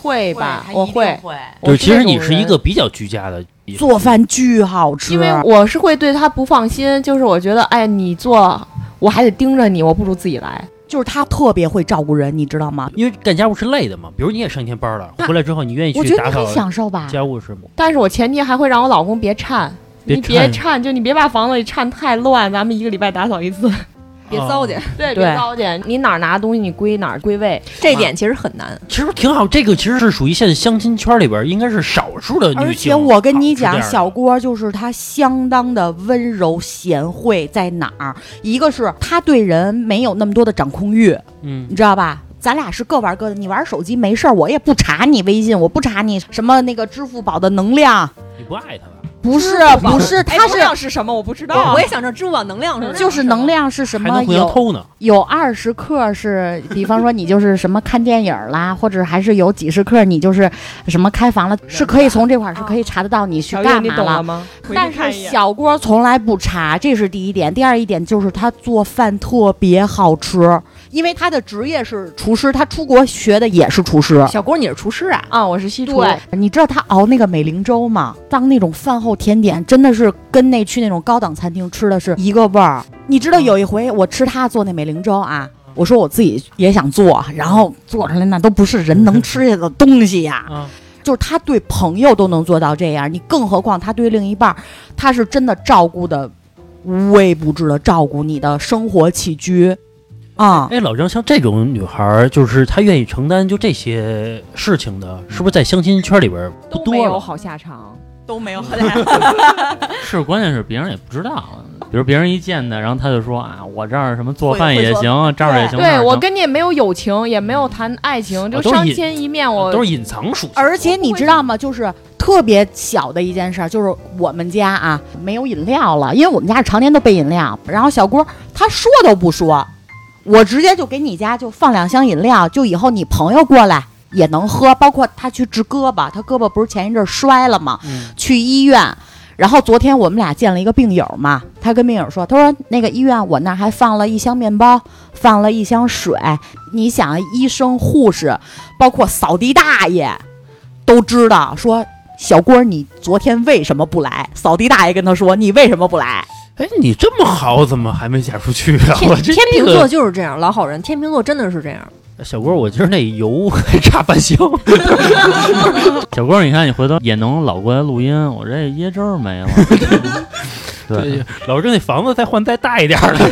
D: 会吧，我会。
G: 会。
D: 我
E: 就是其实
D: 这种
E: 你是一
D: 人
E: 个比较居家的，
C: 做饭巨好吃，
D: 因为我是会对他不放心，就是我觉得，哎，你做我还得盯着你，我不如自己来。
C: 就是他特别会照顾人，你知道吗？
E: 因为干家务是累的嘛。比如你也上一天班了，
C: 那
E: 回来之后你愿意
C: 我
E: 去
C: 觉
E: 打
C: 得你
E: 扫
C: 很啊享受吧。
E: 家务是吗？
D: 但是我前提还会让我老公别颤，
E: 别
D: 你别
E: 颤
D: 颤，就你别把房子里颤太乱，咱们一个礼拜打扫一次。
A: 别糟践。
D: 对，
C: 对
D: 别糟践，你哪儿拿东西你归哪儿归位。
A: 这点其实很难。
E: 其实挺好，这个其实是属于现在相亲圈里边儿应该是少数的女性。
C: 而且我跟你
E: 啊
C: 讲，
E: 是这样
C: 小
E: 的
C: 郭就是他相当的温柔贤惠，在哪儿？一个是他对人没有那么多的掌控欲，
E: 嗯
C: 你知道吧？咱俩是各玩各的，你玩手机没事儿，我也不查你微信，我不查你什么那个支付宝的能量，
E: 你不爱他了，
C: 不是哎不是，他是
D: 哎是什么我不知
E: 道
A: 哦我也想知道支付宝能量是吧
C: 就是能量是什
E: 还
C: 么
E: 能互相
C: 有
E: 偷呢？
C: 有二十克是，比方说你就是什么看电影儿啦， 或者还是有几十克你就是什么开房了，是可以从这块儿是可以查得到你去
D: 小月，
C: 干
D: 你
C: 嘛
D: 懂
C: 了。
D: 吗？
C: 但是小郭从来不查，这是第一点。第二一点就是他做饭特别好吃，因为他的职业是厨师，他出国学的也是厨师。
A: 小郭，你是厨师啊？
D: 啊，我是西厨，
C: 对，你知道他熬那个美菱粥吗？当那种饭后甜点，真的是跟那去那种高档餐厅吃的是一个味儿。你知道有一回我吃他做那美菱粥啊，我说我自己也想做，然后做出来那都不是人能吃下的东西呀、
E: 啊，
C: 就是他对朋友都能做到这样，你更何况他对另一半儿，他是真的照顾的无微不至的照顾你的生活起居啊。
E: 哎，老张，像这种女孩儿，就是她愿意承担就这些事情的，
C: 嗯
E: 是不是在相亲圈里边儿不
D: 都没
E: 多
D: 有
E: 了？
D: 好下场。
G: 都没有
B: 是，关键是别人也不知道。比如别人一见他，然后他就说啊，我这儿什么做
G: 会
B: 饭
G: 会
B: 也
G: 做
B: 行，这儿也行，那儿也
D: 对我
B: 行
D: 跟你也没有友情，也没有谈爱情，就
E: 嗯哦都是
D: 相
E: 隐
D: 亲一面我
E: 都是隐藏属性。
C: 而且你知道吗？就是特别小的一件事儿，就是我们家啊没有饮料了，因为我们家是常年都备饮料。然后小郭他说都不说，我直接就给你家就放两箱饮料，就以后你朋友过来也能喝。包括他去治胳膊，他胳膊不是前一阵儿摔了吗？
E: 嗯，
C: 去医院。然后昨天我们俩见了一个病友嘛，他跟病友说，他说那个医院我那儿还放了一箱面包，放了一箱水。你想，医生、护士，包括扫地大爷，都知道说小郭你昨天为什么不来？扫地大爷跟他说你为什么不来？
E: 哎，你这么好，怎么还没嫁出去啊？
A: 天
E: 我这
A: 天秤座就是这样，老好人，天秤座真的是这样。
E: 小郭，我今儿那油 还差半箱。
B: 小郭，你看你回头也能老过来录音，我这椰汁儿 没了。对，，
E: 老郑那房子再换再大一点儿的，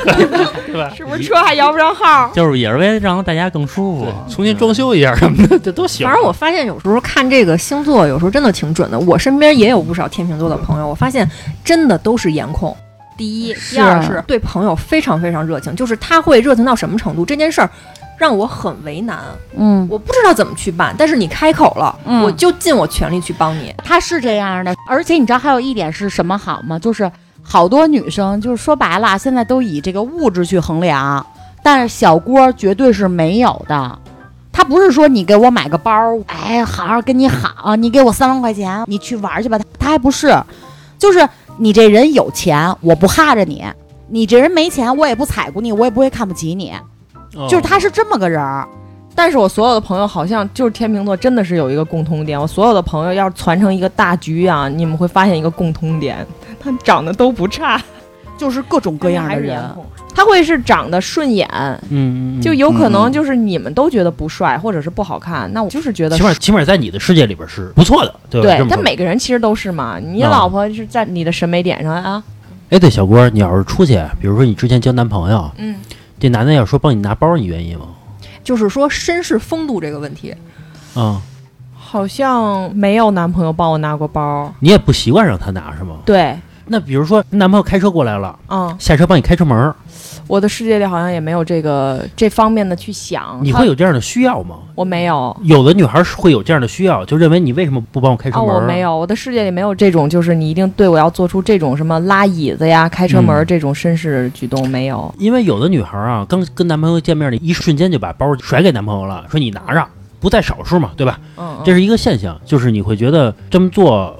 E: 对吧？
D: 是不是车还摇不上号？
B: 就是也是为了让大家更舒服，
E: 对，重新装修一下 什么的，这都行。
A: 反正我发现有时候看这个星座，有时候真的挺准的。我身边也有不少天秤座的朋友，我发现真的都是颜控。第一，第二
C: 是
A: 是对朋友非常非常热情，就是他会热情到什么程度？这件事儿让我很为难，
C: 嗯，
A: 我不知道怎么去办。但是你开口了，
C: 嗯
A: 我就尽我全力去帮你。
C: 他是这样的，而且你知道还有一点是什么好吗？就是好多女生，就是说白了，现在都以这个物质去衡量，但是小郭绝对是没有的。他不是说你给我买个包，哎，好好跟你好，你给我三万块钱，你去玩去吧。他还不是，就是你这人有钱，我不哈着你；你这人没钱，我也不踩过你，我也不会看不起你。
E: 嗯
C: 就是他是这么个人儿，
D: 但是我所有的朋友好像就是天秤座，真的是有一个共通点。我所有的朋友要是攒成一个大局啊，你们会发现一个共通点，他们长得都不差，
C: 就是各种各样的人。
D: 他会是长得顺眼，
E: 嗯，嗯嗯
D: 就有可能就是你们都觉得不帅或者是不好看，那我就是觉得
E: 起。码起码在你的世界里边是不错的，对吧？
D: 对
E: 这么
D: 他
E: 说
D: 每个人其实都是嘛，你
E: 嗯
D: 老婆是在你的审美点上啊，
E: 哎，对，小郭，你要是出去，比如说你之前交男朋友，
A: 嗯，
E: 这男的要说帮你拿包，你愿意吗？
D: 嗯
A: 就是说绅士风度这个问题，
E: 啊、
D: 好像没有男朋友帮我拿过包。
E: 你也不习惯让他拿是吗？
D: 对，
E: 那比如说男朋友开车过来了，
D: 嗯，
E: 下车帮你开车门儿，
D: 我的世界里好像也没有这个这方面的去想。
E: 你会有这样的需要吗？
D: 我没有。
E: 有的女孩是会有这样的需要，就认为你为什么不帮我开车
D: 啊，
E: 门儿？
D: 我没有，我的世界里没有这种，就是你一定对我要做出这种什么拉椅子呀、开车门儿
E: 嗯
D: 这种绅士举动，没有。
E: 因为有的女孩啊，刚跟男朋友见面的一瞬间就把包甩给男朋友了，说你拿着，不在少数嘛，对吧？
D: 嗯，
E: 这
D: 是
E: 是一个现象，就是你会觉得这么做，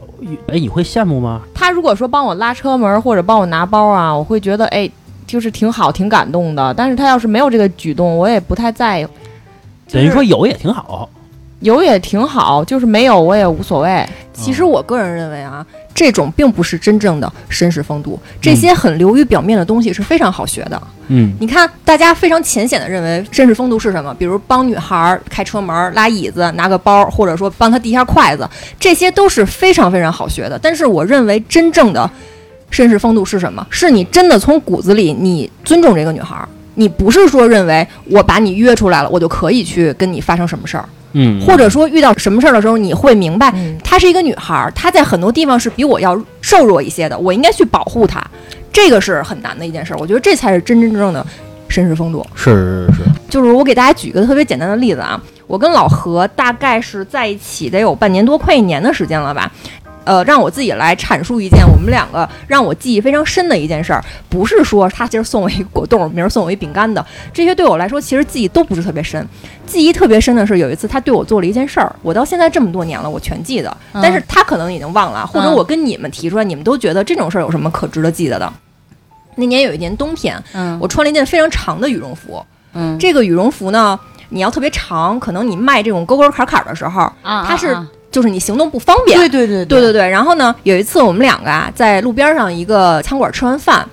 E: 哎，你会羡慕吗？
D: 他如果说帮我拉车门儿或者帮我拿包啊，我会觉得哎，就是挺好、挺感动的。但是他要是没有这个举动，我也不太在乎。就
E: 等于
D: 是
E: 说有也挺好，
D: 有也挺好，就是没有我也无所谓。
A: 其实我个人认为啊，这种并不是真正的绅士风度，这些很流于表面的东西是非常好学的。
E: 嗯，
A: 你看，大家非常浅显的认为绅士风度是什么？比如帮女孩儿开车门儿、拉椅子、拿个包，或者说帮她递一下筷子，这些都是非常非常好学的。但是我认为真正的绅士风度是什么？是你真的从骨子里你尊重这个女孩儿。你不是说认为我把你约出来了，我就可以去跟你发生什么事儿，
E: 嗯，
A: 或者说遇到什么事儿的时候，你会明白
D: 嗯，
A: 她是一个女孩儿，她在很多地方是比我要瘦弱一些的，我应该去保护她，这个是很难的一件事儿。我觉得这才是真真正正的绅士风度。
E: 是是是，
A: 就是我给大家举一个特别简单的例子啊，我跟老何大概是在一起得有半年多，快一年的时间了吧。呃，让我自己来阐述一件我们两个让我记忆非常深的一件事儿，不是说他今儿送我一个果冻，明儿送我一饼干的，这些对我来说其实记忆都不是特别深。记忆特别深的是有一次他对我做了一件事儿，我到现在这么多年了，我全记得，
C: 嗯
A: 但是他可能已经忘了，或者
C: 嗯
A: 我跟你们提出来，你们都觉得这种事儿有什么可值得记得的？那年有一年冬天，
C: 嗯
A: 我穿了一件非常长的羽绒服，
C: 嗯
A: 这个羽绒服呢，你要特别长，可能你迈这种沟沟坎坎的时候，
C: 啊
A: 它是
C: 啊啊
A: 就是你行动不方便。
C: 对对对
A: 对对对。然后呢，有一次我们两个啊，在路边上一个餐馆吃完饭，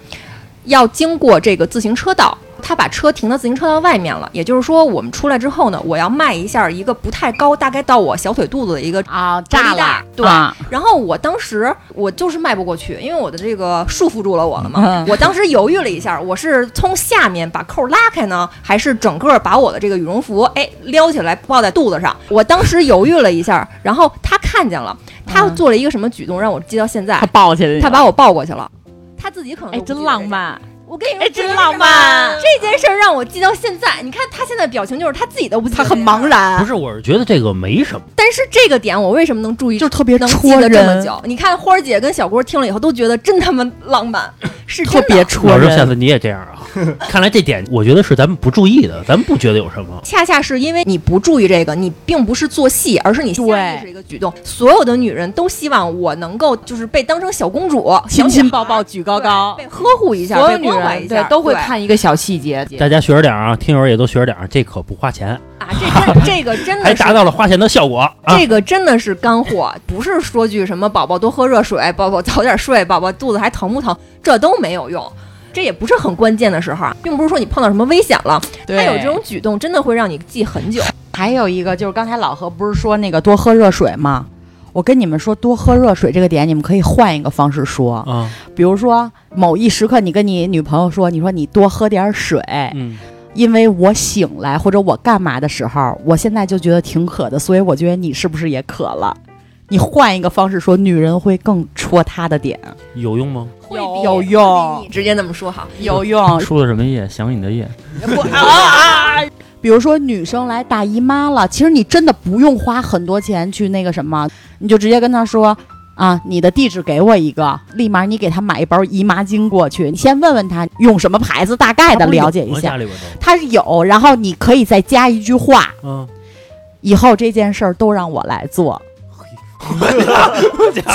A: 要经过这个自行车道，他把车停到自行车道外面了。也就是说，我们出来之后呢，我要迈一下一个不太高，大概到我小腿肚子的一个。
C: 啊，
A: 玻璃
C: 炸
A: 袋
C: 了
A: 儿，对
C: 啊
A: 然后我当时我就是迈不过去，因为我的这个束缚住了我了嘛。
C: 嗯
A: 我当时犹豫了一下，我是从下面把扣拉开呢，还是整个把我的这个羽绒服哎撩起来抱在肚子上？我当时犹豫了一下，然后他看见了，他
C: 嗯
A: 做了一个什么举动让我记到现在
D: 他？抱
C: 哎
D: 起来，
A: 他把我抱过去了，他自己可能都
D: 哎，
A: 不记
D: 真
A: 得
D: 浪
A: 这件。
D: 漫。
A: 我跟你说，
D: 哎真浪漫
A: 这件事儿让我记到现在。你看他现在表情就是他自己都不记得，
C: 他很茫。然
D: 啊
E: 不，是，我是觉得这个没什么，
A: 但是这个点我为什么能注意
C: 就是特别
A: 能记
C: 戳
A: 得这么
C: 人，
A: 久。你看花儿姐跟小郭听了以后都觉得真他妈浪漫，是真
C: 特
A: 的
C: 别戳
E: 我说下
C: 人。
E: 次你也这样啊，看来这点我觉得是咱们不注意的，咱们不觉得有什么，
A: 恰恰是因为你不注意这个，你并不是做戏，而是你下意识一个举动。所有的女人都希望我能够就是被当成小公主，
C: 亲
A: 小女
C: 亲
A: 孩
C: 抱抱，举高
A: 对
C: 高，
A: 被呵护一下，
D: 所有
A: 被
D: 女
A: 关怀一
D: 人
A: 下，
D: 都会看一个小细节。
E: 大家学着点儿啊，听友也都学着点儿，这可不花钱，
A: 啊。这真这个真
E: 还
A: 的是
E: 达。到了花钱的效果啊。
A: 嗯这个真的是干货，不是说句什么“宝宝多喝热水”，“宝宝早点睡”，“宝宝肚子还疼不疼”，这都没有用，这也不是很关键的时候啊，并不是说你碰到什么危险了，他
C: 对，
A: 有这种举动，真的会让你记很久。
C: 还有一个就是刚才老何不是说那个多喝热水吗？我跟你们说，多喝热水这个点，你们可以换一个方式说，
E: 啊，
C: 比如说某一时刻，你跟你女朋友说，你说你多喝点水，
E: 嗯，
C: 因为我醒来或者我干嘛的时候，我现在就觉得挺渴的，所以我觉得你是不是也渴了？你换一个方式说，女人会更戳她的点，
E: 有用吗？
A: 会
C: 有
A: 比
C: 有
A: 比
C: 用
A: 你直接那么说好。
C: 有用。
B: 出了什么夜？想你的夜。
C: 不啊！比如说女生来大姨妈了，其实你真的不用花很多钱去那个什么，你就直接跟她说啊，你的地址给我一个，立马你给她买一包姨妈巾过去，你先问问她用什么牌子，大概的了解一
E: 我
C: 下
E: 家。里边都，
C: 她是有，然后你可以再加一句话，
E: 嗯，
C: 以后这件事儿都让我来做。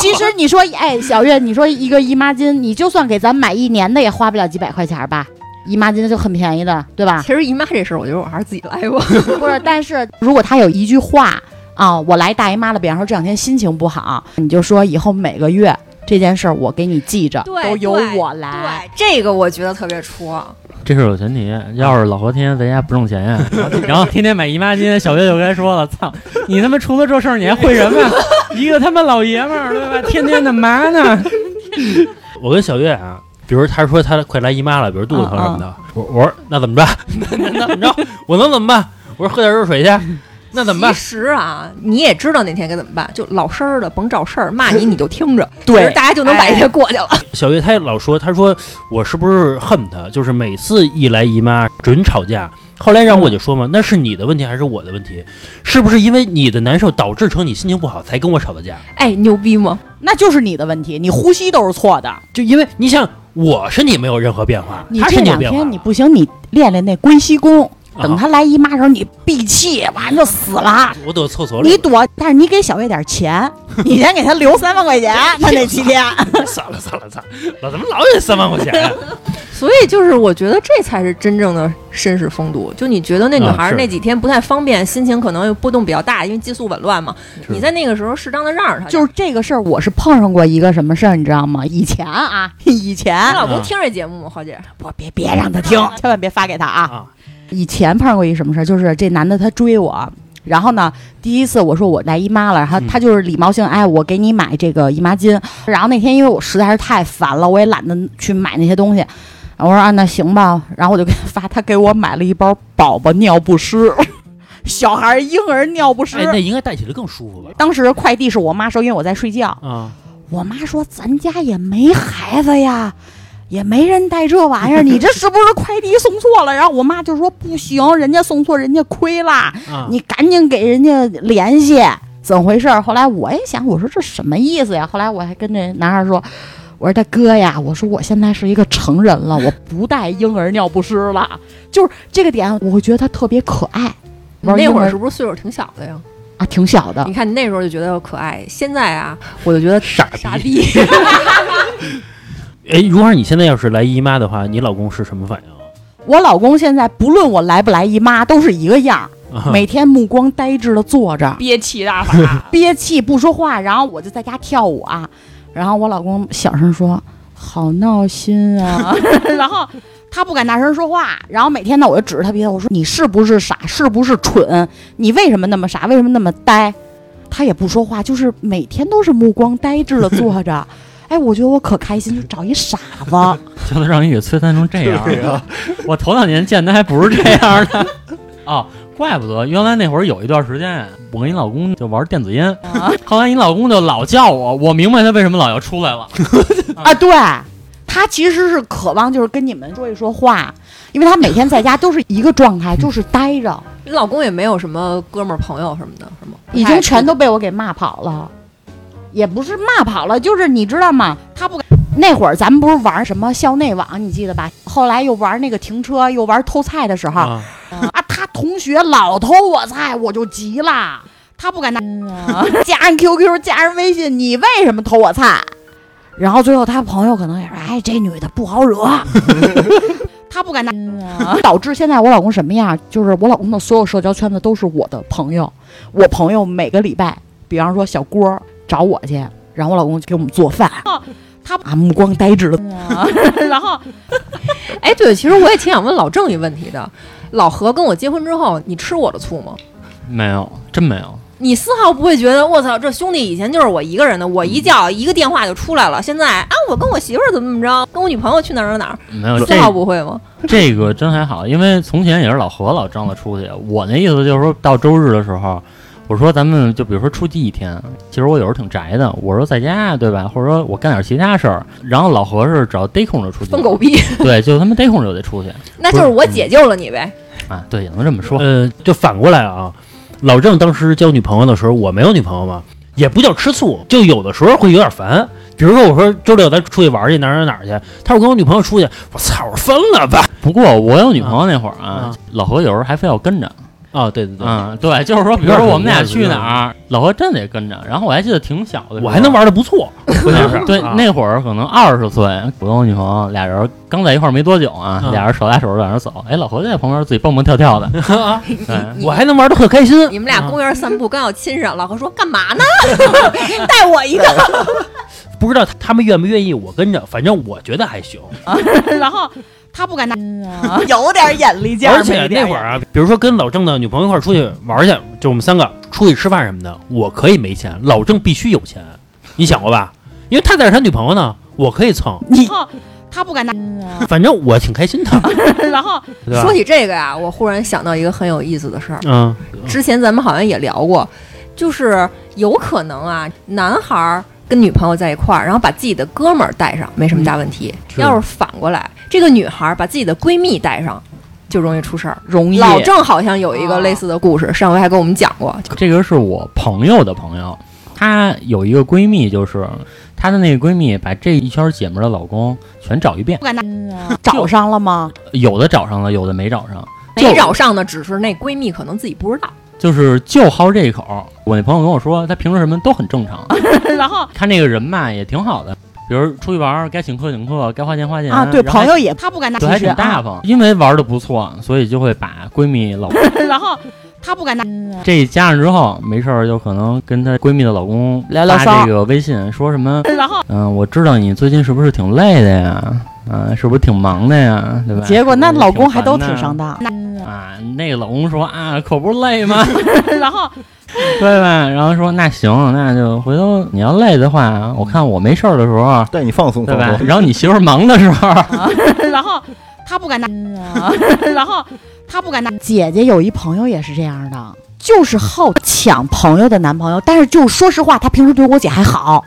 C: 其实你说，哎，小月，你说一个姨妈巾，你就算给咱买一年的，也花不了几百块钱吧？姨妈巾就很便宜的，对吧？
A: 其实姨妈这事儿，我觉得我还是自己来吧。
C: 不是，但是如果他有一句话啊，我来大姨妈了，比方说这两天心情不好，你就说以后每个月这件事儿我给你记着，
A: 对
C: 都由
A: 对
C: 我来。，
A: 这个我觉得特别戳。
B: 这是有前提，要是老何天天在家不挣钱呀， 然后天天买姨妈巾，小月就该说了：“操，你他妈除了这事儿你还会什么 呀？一个他妈老爷们儿对吧？天天的嘛呢？
E: 我跟小月啊，比如她说她快来姨妈了，比如肚子嗯 疼什么的，我我说那怎么办？那那怎么着？我能怎么办？我说喝点热水去。那怎么
A: 其
E: 办？
A: 实啊，你也知道那天该怎么办，就老实儿的，甭找事儿，骂你你就听着，
D: 对
A: 其实大家就能把一天过去了。
E: 小月她也老说，她说我是不是恨她？就是每次一来姨妈准吵架。后来让我就说嘛，那是你的问题还是我的问题？是不是因为你的难受导致成你心情不好才跟我吵的架？
A: 哎，牛逼吗？
C: 那就是你的问题，你呼吸都是错的。
E: 就因为你想，我身体没有任何变化，
C: 你
E: 他
C: 这
E: 身体有
C: 两
E: 变化
C: 天你不行，你练练那龟息功，
E: 啊
C: 等他来姨妈的时候，你闭气，完就死了。
E: 我躲厕 所里，
C: 你躲，但是你给小月点钱，你先给他留三万块 钱，他那七天。
E: 算了算了算了，老怎么老有三万块钱 啊？
A: 所以就是，我觉得这才是真正的绅士风度。就你觉得那女孩
E: 啊
A: 儿
E: 是
A: 那几天不太方便，心情可能又波动比较大，因为激素紊乱嘛。
E: 是
A: 你在那个时候适当的让着她，
C: 就是这个事儿，我是碰上过一个什么事儿，你知道吗？以前啊， 以前
A: 你哎老公听这节目吗，花姐？
C: 我别别让他听， 千万别发给他啊。
E: 啊
C: 以前碰上过一什么事儿，就是这男的他追我，然后呢，第一次我说我来姨妈了，然后
E: 嗯
C: 他就是礼貌性，哎，我给你买这个姨妈巾。然后那天因为我实在是太烦了，我也懒得去买那些东西。我说啊，那行吧，然后我就给他发，他给我买了一包宝宝尿不湿， 小孩儿婴儿尿不湿。
E: 哎，那应该带起来更舒服吧？
C: 当时快递是我妈收，因为我在睡觉。
E: 啊，
C: 我妈说咱家也没孩子呀，也没人带这玩意儿，你这是不是快递送错了？然后我妈就说不行，人家送错，人家亏啦，
E: 啊
C: 你赶紧给人家联系，怎么回事儿？后来我也想，我说这什么意思呀？后来我还跟这男孩说。我说大哥呀，我说我现在是一个成人了，我不带婴儿尿不湿了，就是这个点，我会觉得他特别可爱。
A: 你
C: 玩
A: 那
C: 婴
A: 会儿
C: 儿
A: 是不是岁数挺小的呀？
C: 啊，挺小的
A: 你，看你那时候就觉得可爱，现在啊，我就觉得
E: 傻逼
A: 傻逼。
E: 哎，如果你现在要是来姨妈的话，你老公是什么反应
C: 我老公现在不论我来不来姨妈，都是一个样儿，
E: 啊？
C: 每天目光呆滞的坐着，，
D: 憋气大法
C: 憋气不说话，然后我就在家跳舞啊。然后我老公小声说：“好闹心 啊。”然后他不敢大声说话，然后每天呢，我就指着他鼻子，我说：“你是不是傻？是不是蠢？你为什么那么傻？为什么那么呆？”他也不说话，就是每天都是目光呆滞的坐着。哎，我觉得我可开心，就找一傻子。
B: 就能让你给摧残成这样儿。 我头两年见他还不是这样儿的。 哦，怪不得原来那会儿有一段时间，我跟你老公就玩电子烟，
A: 啊
B: 后来你老公就老叫我，我明白他为什么老要出来了。
C: 啊，对，他其实是渴望就是跟你们说一说话，因为他每天在家都是一个状态，就是呆着，
A: 你 老公也没有什么哥们儿朋友什么的，是吗？
C: 已经全都被我给骂跑了。也不是骂跑了，就是你知道吗？他不敢。那会儿咱们不是玩什么校内网，你记得吧？后来又玩那个停车，又玩偷菜的时候啊
E: 啊，
C: 他同学老偷我菜，我就急了。他不敢拿， 加上 QQ，加上微信，你为什么偷我菜？然后最后他朋友可能也说，哎，这女的不好惹， 他不敢拿，导致现在我老公什么样？就是我老公的所有社交圈子都是我的朋友，我朋友每个礼拜，比方说小郭儿找我去，然后我老公就给我们做饭，他啊目光呆滞的， 然后
A: 哎，对，其实我也挺想问老郑一问题的。老何跟我结婚之后，你吃我的醋吗？
B: 没有，真没有。
A: 你丝毫不会觉得我操，这兄弟以前就是我一个人的，我一
E: 嗯
A: 叫一个电话就出来了，现在啊，我跟我媳妇儿怎么怎么着，跟我女朋友去哪儿哪儿哪儿，
B: 没
E: 嗯
B: 有，
A: 丝
B: 这
A: 毫不会吗？
B: 这个真还好，因为从前也是老何老张罗出去。我那意思就是说到周日的时候，我说咱们就比如说出去一天，其实我有时候挺宅的，我说在家对吧，或者说我干点其他事儿。然后老何是只要逮空就出去，
A: 疯 狗逼，
B: 对，就他妈逮空就得出去
A: 那就是我解救了你呗。
B: 啊，对，也能这么说。
E: 呃，就反过来啊，老郑当时交女朋友的时候，我没有女朋友嘛，也不叫吃醋，就有的时候会有点烦。比如说，我说周六咱出去玩去哪儿哪儿哪儿去，他说我跟我女朋友出去，我操，我说分了吧。
B: 不过我有女朋友那会儿
E: 啊
B: 啊，老何有时候还非要跟着，
E: 啊，对对对，
B: 嗯，对，就是说，比如说我们俩去哪儿，老何真得跟着。然后我还记得挺小的，
E: 我还能。玩的不错，关键是
B: 对
E: 啊，
B: 那会儿可能二十岁，我跟我女朋友俩人刚在一块儿没多久啊，
E: 嗯
B: 俩人手拉手往那儿走，哎，老何就在旁边自己蹦蹦跳跳 的，对，
E: 我还能玩的很开心。
A: 你们俩
E: 啊
A: 公园散步刚要亲上，老何说干嘛呢？ 带我一个。
E: 不知道他们愿不愿意我跟着，反正我觉得还行。
C: 然后他不敢拿，有点眼力见儿
E: 而且那会儿，啊，比如说跟老郑的女朋友一块儿出去玩去，就我们三个出去吃饭什么的，我可以没钱，老郑必须有钱，你想过吧？因为他带着他女朋友呢，我可以蹭。
C: 没点儿眼力他不敢 拿。
E: 反正我挺开心的，
C: 啊然后
E: 对吧
A: 说？起这个呀、我忽然想到一个很有意思的事儿，
E: 嗯，
A: 之前咱们好像也聊过，就是有可能啊，男孩儿跟女朋友在一块儿，然后把自己的哥们儿带上，没什么大问题。
C: 嗯
E: 是
A: 要是反过来，这个女孩儿把自己的闺蜜带上，就容易出事儿。
C: 容易啊
A: 老郑好像有一个类似的故事，上回还跟我们讲过，
B: 这个是我朋友的朋友，她有一个闺蜜，就是她的那个闺蜜把这一圈姐们儿的老公全找一遍
C: 不，敢拿，找上了吗？
B: 有的找上了，有的没找上，
A: 没找上的只是那闺蜜可能自己不知道。
B: 就是就好这一口儿。我那朋友跟我说，他平时什么都很正常，
C: 然后
B: 他那个人吧也挺好的，比如出去玩儿该请客请客，该花钱花钱
C: 啊，对，
B: 嗯然后还
C: 朋友也啊他不敢拿，
B: 对还挺大方，因为玩的不错，所以就会把闺蜜老 公
C: 然后他不敢拿，
B: 这一加上之后，没事儿就可能跟她闺蜜的老公
D: 聊聊骚
B: 发这个微信说什么。
C: 然后
B: 嗯，我知道你最近是不是挺累的呀？啊，是不是挺忙的呀？对吧？
C: 结果那
B: 是不是
C: 老公还都
B: 烦
C: 挺
B: 的
C: 上当，
B: 啊。那个老公说啊，可不是累吗？
C: 然后
B: 对吧？然后说那行，那就回头你要累的话，我看我没事儿的时候，
F: 带你放松
B: 对
F: 放
B: 吧？
F: 松。
B: 然后你媳妇儿忙的时 候，
C: 然后他不敢拿， 然后他不敢拿。嗯啊姐姐有一朋友也是这样的，就是好抢朋友的男朋友，但是就说实话，她平时对我姐还
B: 哦
C: 好，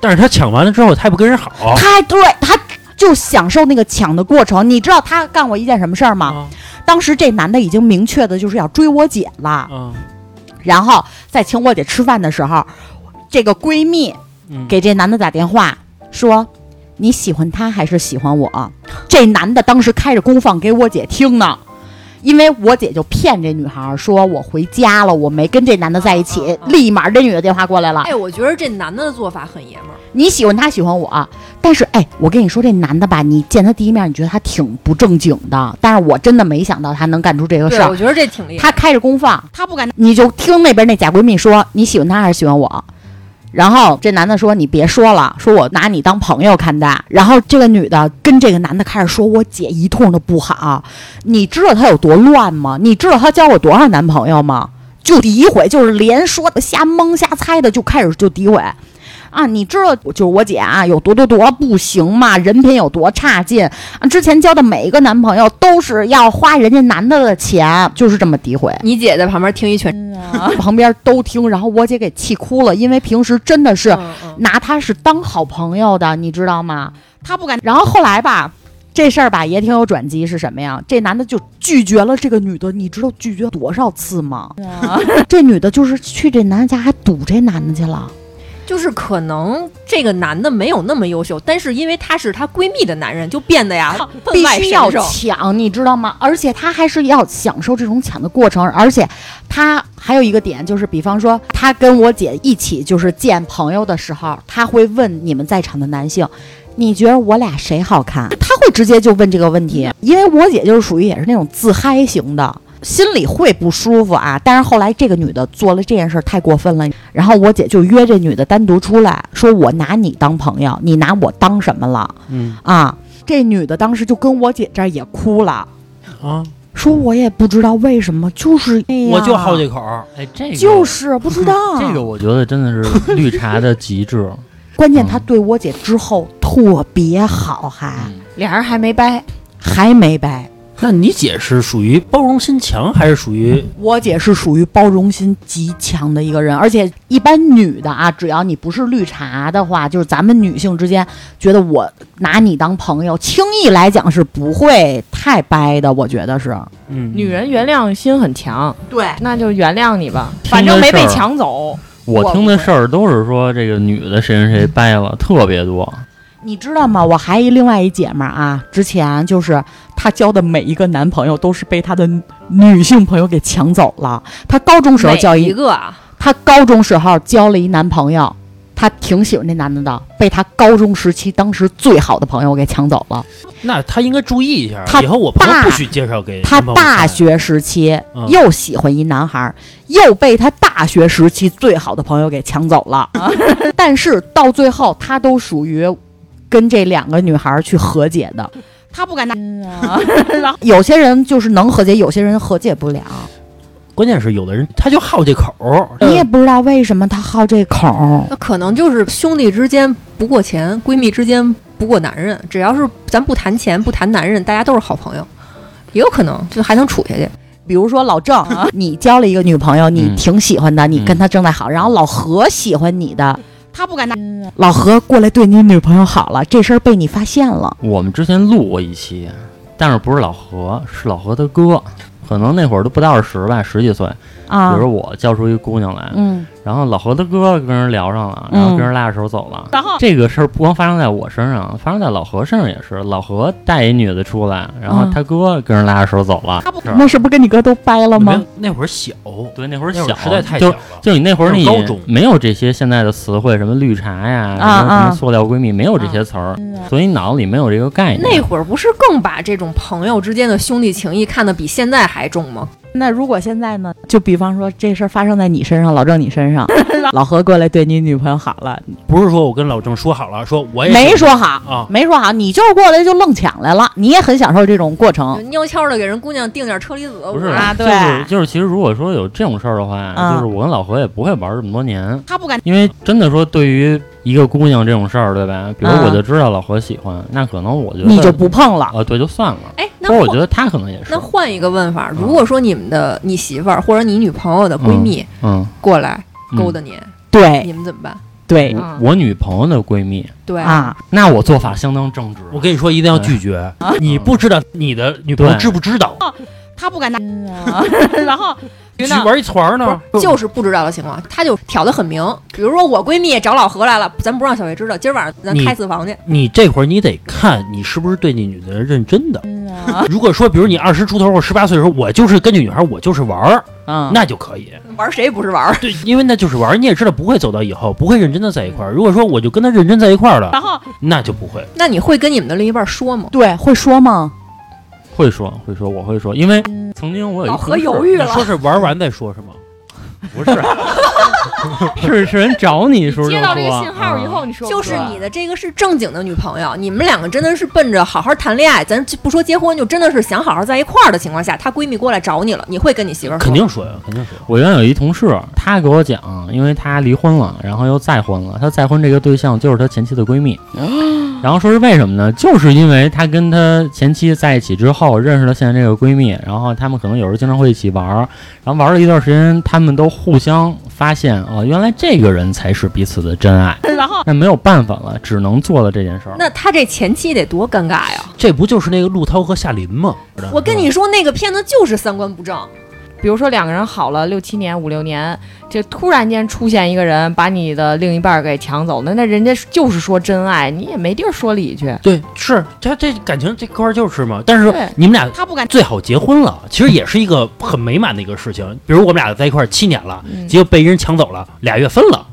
E: 但是他抢完了之后，他也不跟人好，
C: 她还对她就享受那个抢的过程。你知道她干过一件什么事儿吗？
E: 啊
C: 当时这男的已经明确的就是要追我姐了，
E: 啊，
C: 然后在请我姐吃饭的时候，这个闺蜜
E: 嗯
C: 给这男的打电话说：“你喜欢他还是喜欢我？”这男的当时开着功放给我姐听呢，因为我姐就骗这女孩儿说我回家了，我没跟这男的在一起。
A: 啊
C: 立马这女的电话过来了，
A: 哎，我觉得这男的的做法很爷们儿。
C: 你喜欢他喜欢我，但是哎，我跟你说这男的吧，你见他第一面你觉得他挺不正经的，但是我真的没想到他能干出这个事
A: 对，
C: 儿
A: 我。觉得这挺厉害。
C: 啊他开着功放，他不敢，你就听那边那假闺蜜说你喜欢他还是喜欢我。然后这男的说：“你别说了，说我拿你当朋友看待。”然后这个女的跟这个男的开始说我姐一通的不好，你知道她有多乱吗？你知道她交过多少男朋友吗？就诋毁，就是连说瞎蒙瞎猜的就开始就诋毁。啊，你知道就是我姐啊，有多多多不行吗？人品有多差劲啊！之前交的每一个男朋友都是要花人家男的的钱，就是这么诋毁。
A: 你姐在旁边听一拳，
D: 啊
C: 旁边都听，然后我姐给气哭了，因为平时真的是
A: 嗯嗯
C: 拿他是当好朋友的，你知道吗？他不敢。然后后来吧，这事儿吧也挺有转机，是什么呀？这男的就拒绝了这个女的，你知道拒绝多少次吗？ 这女的就是去这男的家还堵这男的去了。
A: 就是可能这个男的没有那么优秀，但是因为他是她闺蜜的男人，就变得 呀分
C: 必
A: 外
C: 须
A: 神
C: 要
A: 圣。
C: 抢，你知道吗？而且他还是要享受这种抢的过程，而且他还有一个点就是，比方说他跟我姐一起就是见朋友的时候，他会问你们在场的男性。你觉得我俩谁好看？他会直接就问这个问题，因为我姐就是属于也是那种自嗨型的，心里会不舒服啊。但是后来这个女的做了这件事儿太过分了，然后我姐就约这女的单独出来，说我拿你当朋友，你拿我当什么了？
E: 嗯
C: 啊，这女的当时就跟我姐这儿也哭了，
E: 啊，
C: 说我也不知道为什么，就是那样
E: 我就好这口儿，
B: 哎，这个
C: 哎就是 不知道
B: 这个，我觉得真的是绿茶的极致。
C: 关键他对我姐之后特别好，还
B: 嗯
D: 俩人还没掰，
C: 还没掰。
E: 那你姐是属于包容心强，还是属
B: 嗯
E: 于
C: 我姐是属于包容心极强的一个人，而且一般女的啊，只要你不是绿茶的话，就是咱们女性之间觉得我拿你当朋友，轻易来讲是不会太掰的，我觉得是。
E: 嗯
D: 女人原谅心很强，
C: 对，
D: 那就原谅你吧，
B: 听
D: 反正
B: 的
D: 没被
B: 事儿
D: 抢 走。
B: 我
D: 我
B: 听
D: 不
B: 的
D: 会
B: 事儿都是说这个女的谁谁谁掰了，特别多。
C: 你知道吗？我还一另外一姐们儿啊，之前就是她交的每一个男朋友都是被她的女性朋友给抢走了。她高中时候交
A: 每
C: 一
A: 一个啊，
C: 她高中时候交了一男朋友，她挺喜欢那男的的，被她高中时期当时最好的朋友给抢走了。
E: 那她应该注意一下
C: 她，
E: 以后我朋友
C: 大
E: 不许介绍给
C: 她
E: 男朋友
C: 大
E: 看
C: 学时期
E: 嗯
C: 又喜欢一男孩儿，又被她大学时期最好的朋友给抢走了。但是到最后，她都属于跟这两个女孩儿去和解的。
D: 嗯啊
C: 她不敢拿，然后有些人就是能和解，有些人和解不了。
E: 关键是有的人他就好这口儿，
C: 你也不知道为什么他好这口儿。
A: 那呃可能就是兄弟之间不过钱，闺蜜之间不过男人。只要是咱不谈钱，不谈男人，大家都是好朋友，也有可能就还能处下去。
C: 比如说老郑， 你交了一个女朋友，你
E: 嗯
C: 挺喜欢的，你
E: 嗯
C: 跟她正在好，然后老何喜欢你的，他不敢拿。
D: 嗯
C: 老何过来对你女朋友好了，这事儿被你发现了，
B: 我们之前录过一期，但是不是老何，是老何他哥。可能那会儿都不到十吧，十几岁。比
C: 啊
B: 如，我叫出一姑娘来，
C: 嗯，
B: 然后老何他哥跟人聊上了，然后跟人拉着手走了。
C: 然后
B: 这个事儿不光发生在我身上，发生在老何身上也是。老何带一女的出来，然后
C: 嗯
B: 他哥跟人拉着手走了。
C: 他不
B: 是
C: 那是不是跟你哥都掰了
E: 没
C: 吗
E: 有？那会儿小，
B: 对，那会儿
E: 那会
B: 小，
E: 儿实在太小
B: 就
E: 了。
B: 就你那会儿
E: 那
B: 你
E: 是高中
B: 没有这些现在的词汇，什么绿茶呀，
C: 啊
B: 什么什
C: 啊
B: 么塑料闺蜜，没有这
C: 嗯
B: 些词儿，所以脑子里没有这个概念。
A: 那会儿不是更把这种朋友之间的兄弟情谊看得比现在还重吗？
C: 那如果现在呢？就比方说这事儿发生在你身上，老郑你身上，老何过来对你女朋友好了，
E: 不是说我跟老郑说好了，说我也
C: 没
E: 是
C: 说好，
E: 哎啊，
C: 没说好，你就是过来就愣抢来了，你也很享受这种过程
A: 就悄悄的给人姑娘订点车厘子，
B: 嗯不是
A: 我
C: 啊
B: 就是
C: 对
B: 就是，其实如果说有这种事儿的话，
C: 嗯
B: 就是我跟老何也不会玩这么多年，
C: 他不敢。
B: 因为真的说对于一个姑娘这种事儿，对吧？比如
C: 嗯
B: 我就知道老何喜欢，那可能我觉得
C: 你就不碰了，
B: 啊，对，就算了。
A: 哎，那
B: 或者我觉
A: 换
B: 得他可能也是
A: 那，换一个问法，如果说你们的你媳妇儿或者你女朋友的闺蜜
B: 嗯，
A: 过来
B: 嗯
A: 勾搭你，
C: 对
A: 你们怎么办？
C: 对
B: 我我女朋友的闺蜜，
A: 对，
C: 啊，
B: 那我做法相当正直。
E: 我跟你说一定要拒绝，你不知道你的女朋友知不知道，
C: 他不敢拿，
D: 啊
C: 然后
E: 去玩一团呢，
A: 不是就是不知道的情况，她就挑得很明。比如说我闺蜜找老何来了，咱不让小月知道，今儿晚上咱
E: 你
A: 开私房去。
E: 你这会儿你得看你是不是对那女的认真的。如果说，比如你二十出头或十八岁的时候，我就是跟这女孩，我就是玩儿，
C: 嗯，
E: 那就可以。
A: 玩谁不是 玩？
E: 对，因为那就是玩儿，你也知道不会走到以后，不会认真的在一块儿。如果说我就跟她认真在一块儿了，
C: 然后
E: 那就不会。
A: 那你会跟你们的另一半说吗？
C: 对会说吗？
B: 会说会说，我会说，因为曾经我有一
A: 老
B: 同
A: 何
B: 事
A: 犹豫
E: 你说
A: 了，
E: 是玩完再说，是吗？
B: 不是，是是人找你的时候
D: 接
B: 就
D: 到这个
B: 说
D: 信号以
B: 嗯
D: 后，你说不
A: 就是
D: 说
A: 你的这个是正经的女朋友，你们两个真的是奔着好好谈恋爱，咱就不说结婚，就真的是想好好在一块儿的情况下，她闺蜜过来找你了，你会跟你媳妇儿说
E: 肯定说呀，肯定说。
B: 我原来有一同事，他给我讲，因为他离婚了，然后又再婚了。他再婚这个对象就是他前妻的闺蜜，然后说是为什么呢？就是因为他跟他前妻在一起之后，认识了现在这个闺蜜，然后他们可能有时候经常会一起玩儿，然后玩了一段时间，他们都互相发现啊、原来这个人才是彼此的真爱。
C: 然后
B: 那没有办法了，只能做了这件事儿。
A: 那她这前妻得多尴尬呀！
E: 这不就是那个陆涛和夏琳吗？
A: 我跟你说，那个片子就是三观不正。
D: 比如说两个人好了六七年、五六年，这突然间出现一个人把你的另一半给抢走了，那人家就是说真爱，你也没地儿说理去。
E: 对，是他这感情这块儿就是嘛。但是
D: 对
E: 你们俩
C: 他不敢，
E: 最好结婚了，其实也是一个很美满的一个事情。比如我们俩在一块儿七年了，结果被人抢走了，俩月分了，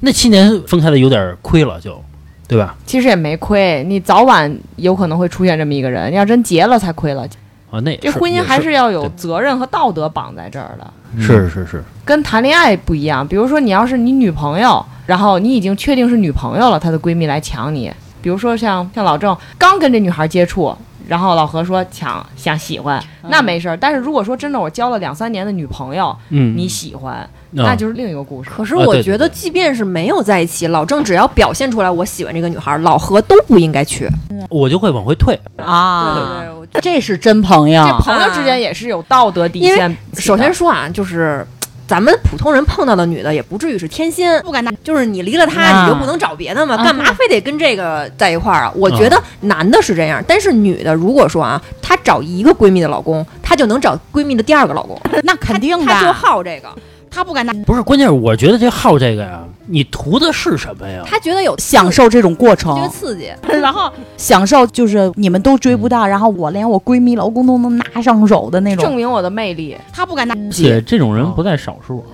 E: 那七年分开的有点亏了就，对吧？
D: 其实也没亏，你早晚有可能会出现这么一个人，要真结了才亏了。
E: 啊，那也
D: 这
E: 是
D: 婚姻
E: 也
D: 还
E: 是
D: 是要有
E: 对
D: 责任和道德绑在这儿的，
E: 是是是，
D: 跟谈恋爱不一样。比如说，你要是你女朋友，然后你已经确定是女朋友了，她的闺蜜来抢你，比如说像像老郑刚跟这女孩接触。然后老何说抢想喜欢，那没事儿。但是如果说真的我交了两三年的女朋友，
E: 嗯，
D: 你喜欢，
E: 啊
D: 那就是另一个故事。
A: 可是
E: 啊
A: 我
E: 对对
A: 觉得，
E: 对
A: 即便是没有在一起，老郑只要表现出来我喜欢这个女孩，老何都不应该去。
E: 我就会往回退。
C: 啊，
A: 对对，
C: 这是真朋友
D: 这，朋友之间也是有道德底
A: 因为
D: 线的。
A: 首先说啊，就是咱们普通人碰到的女的也不至于是天仙，
C: 不敢拿，
A: 就是你离了她，
C: 啊
A: 你就不能找别的嘛，
C: 啊
A: 干嘛非得跟这个在一块儿啊？我觉得男的是这样，但是女的如果说啊，她找一个闺蜜的老公，她就能找闺蜜的第二个老公，
C: 那肯定
A: 她就
C: 的，
A: 好这个，
C: 他不敢拿，
E: 不是，关键是我觉得这好这个呀，你图的是什么呀？
A: 她觉得有刺
C: 享，受这种过程
A: 觉，得刺激。
C: 然后享受就是你们都追不到，然后我连我闺蜜、老公都能拿上手的那
D: 证
C: 嗯种，
D: 明我的魅力，
C: 他不敢拿，
B: 而且这种人不在少数。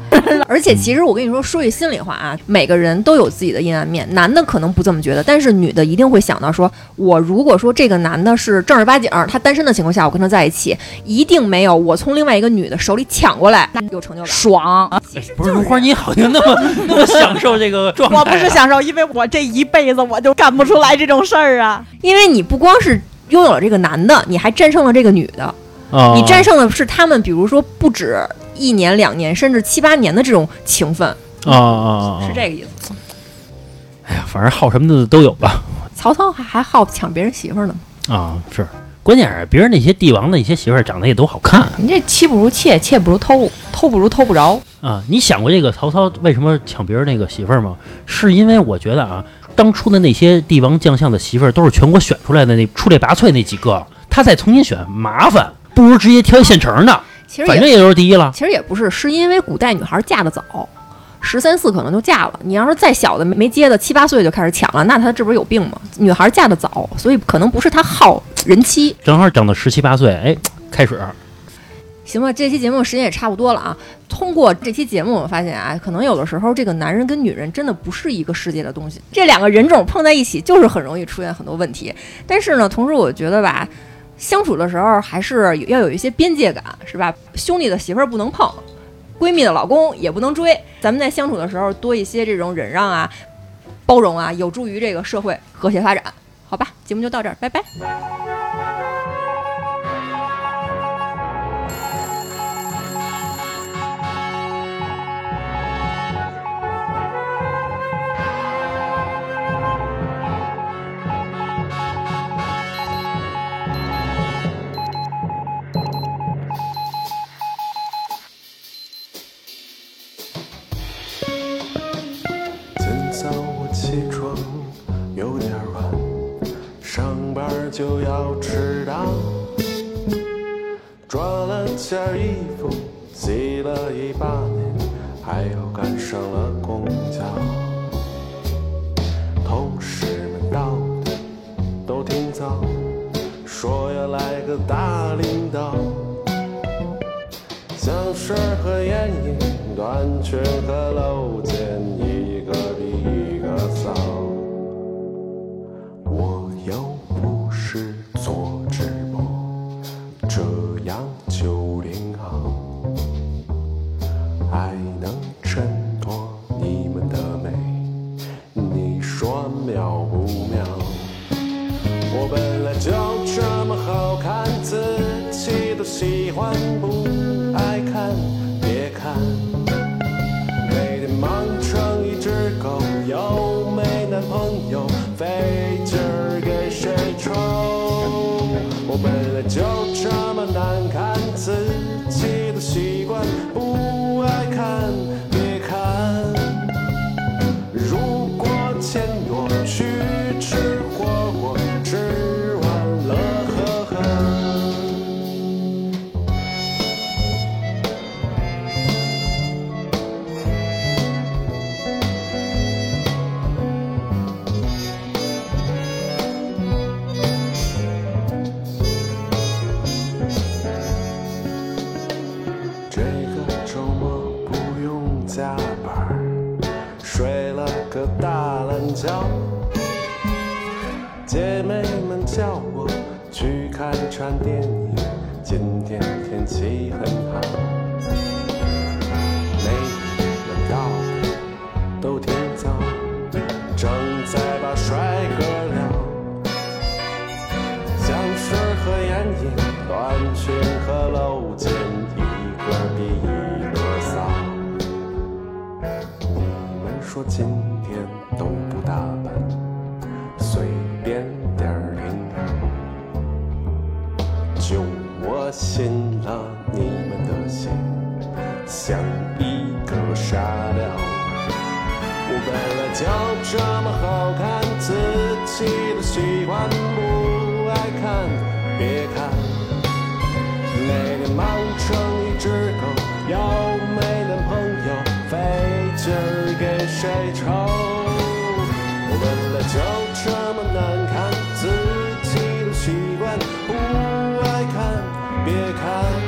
A: 而且其实
E: 嗯
A: 我跟你说，说句心里话啊，每个人都有自己的阴暗面，男的可能不这么觉得，但是女的一定会想到说，我如果说这个男的是正儿八经儿，他单身的情况下，我跟他在一起，一定没有我从另外一个女的手里抢过来有成就感。
C: 爽。
A: 其实
E: 啊不
A: 就是是
E: 如花，你好像那么那么享受这个状态啊、
C: 我不是享受，因为我这一辈子我就干不出来这种事儿啊。
A: 因为你不光是拥有了这个男的，你还战胜了这个女的，
E: 啊，
A: 你战胜的是他们，比如说不止一年、两年，甚至七八年的这种情分，
E: 啊啊啊！
A: 是这个意思。
E: 哎呀，反正好什么的都有吧。
A: 曹操还还好抢别人媳妇儿呢，
E: 啊，是，关键是别人那些帝王的一些媳妇儿长得也都好看
D: 你这妻不如妾，妾不如偷，偷不如偷不着。
E: 啊。你想过这个曹操为什么抢别人那个媳妇儿吗？是因为我觉得啊，当初的那些帝王将相的媳妇儿都是全国选出来的那出类拔萃那几个，他再重新选麻烦，不如直接挑一现成的，
A: 其实
E: 反
A: 也
E: 正也就是第一了。
A: 其实也不是，是因为古代女孩嫁得早，十三四可能就嫁了。你要是再小的没没接的，七八岁就开始抢了，那她这不是有病吗？女孩嫁得早，所以可能不是她好人妻。
E: 正好长到十七八岁，哎，开始
A: 行吧，这期节目时间也差不多了啊。通过这期节目，我发现啊，可能有的时候这个男人跟女人真的不是一个世界的东西，这两个人种碰在一起，就是很容易出现很多问题。但是呢，同时我觉得吧，相处的时候还是要有一些边界感，是吧？兄弟的媳妇儿不能碰，闺蜜的老公也不能追。咱们在相处的时候多一些这种忍让啊、包容啊，有助于这个社会和谐发展。好吧，节目就到这儿，拜拜。
G: 今早我起床有点晚，上班就要迟到。抓了件衣服，洗了一把脸，还又赶上了公交。同事们到的都挺早，说要来个大领导。香水儿和眼影，短裙和露肩，一个比一个骚。我又不是做直播，这样九零后，爱能衬托你们的美，你说妙不妙？我本来就这么好看，自己都喜欢不爱看，别看。每天忙成一只狗，又没男朋友，费劲儿给谁抽？我本来就这么难看，自己都习惯不爱看，别看。如果牵我去吃火锅，吃完了呵呵。这个周末不用加班儿，睡了个大懒觉。姐妹们叫我去看场电影，今天天气很好。妹们到的都挺早，正在把帅哥聊。香水和眼影，短裙和露肩，一个比一个骚。你们说今天都不打扮，随便点儿零，就我信了你们的心，像一个傻屌。我本来就这么好看，自己的喜欢不爱看，别看。每天忙成一只狗，又没男朋友，费劲儿给谁抽？我本来就这么难看，自己的习惯不爱看，别看。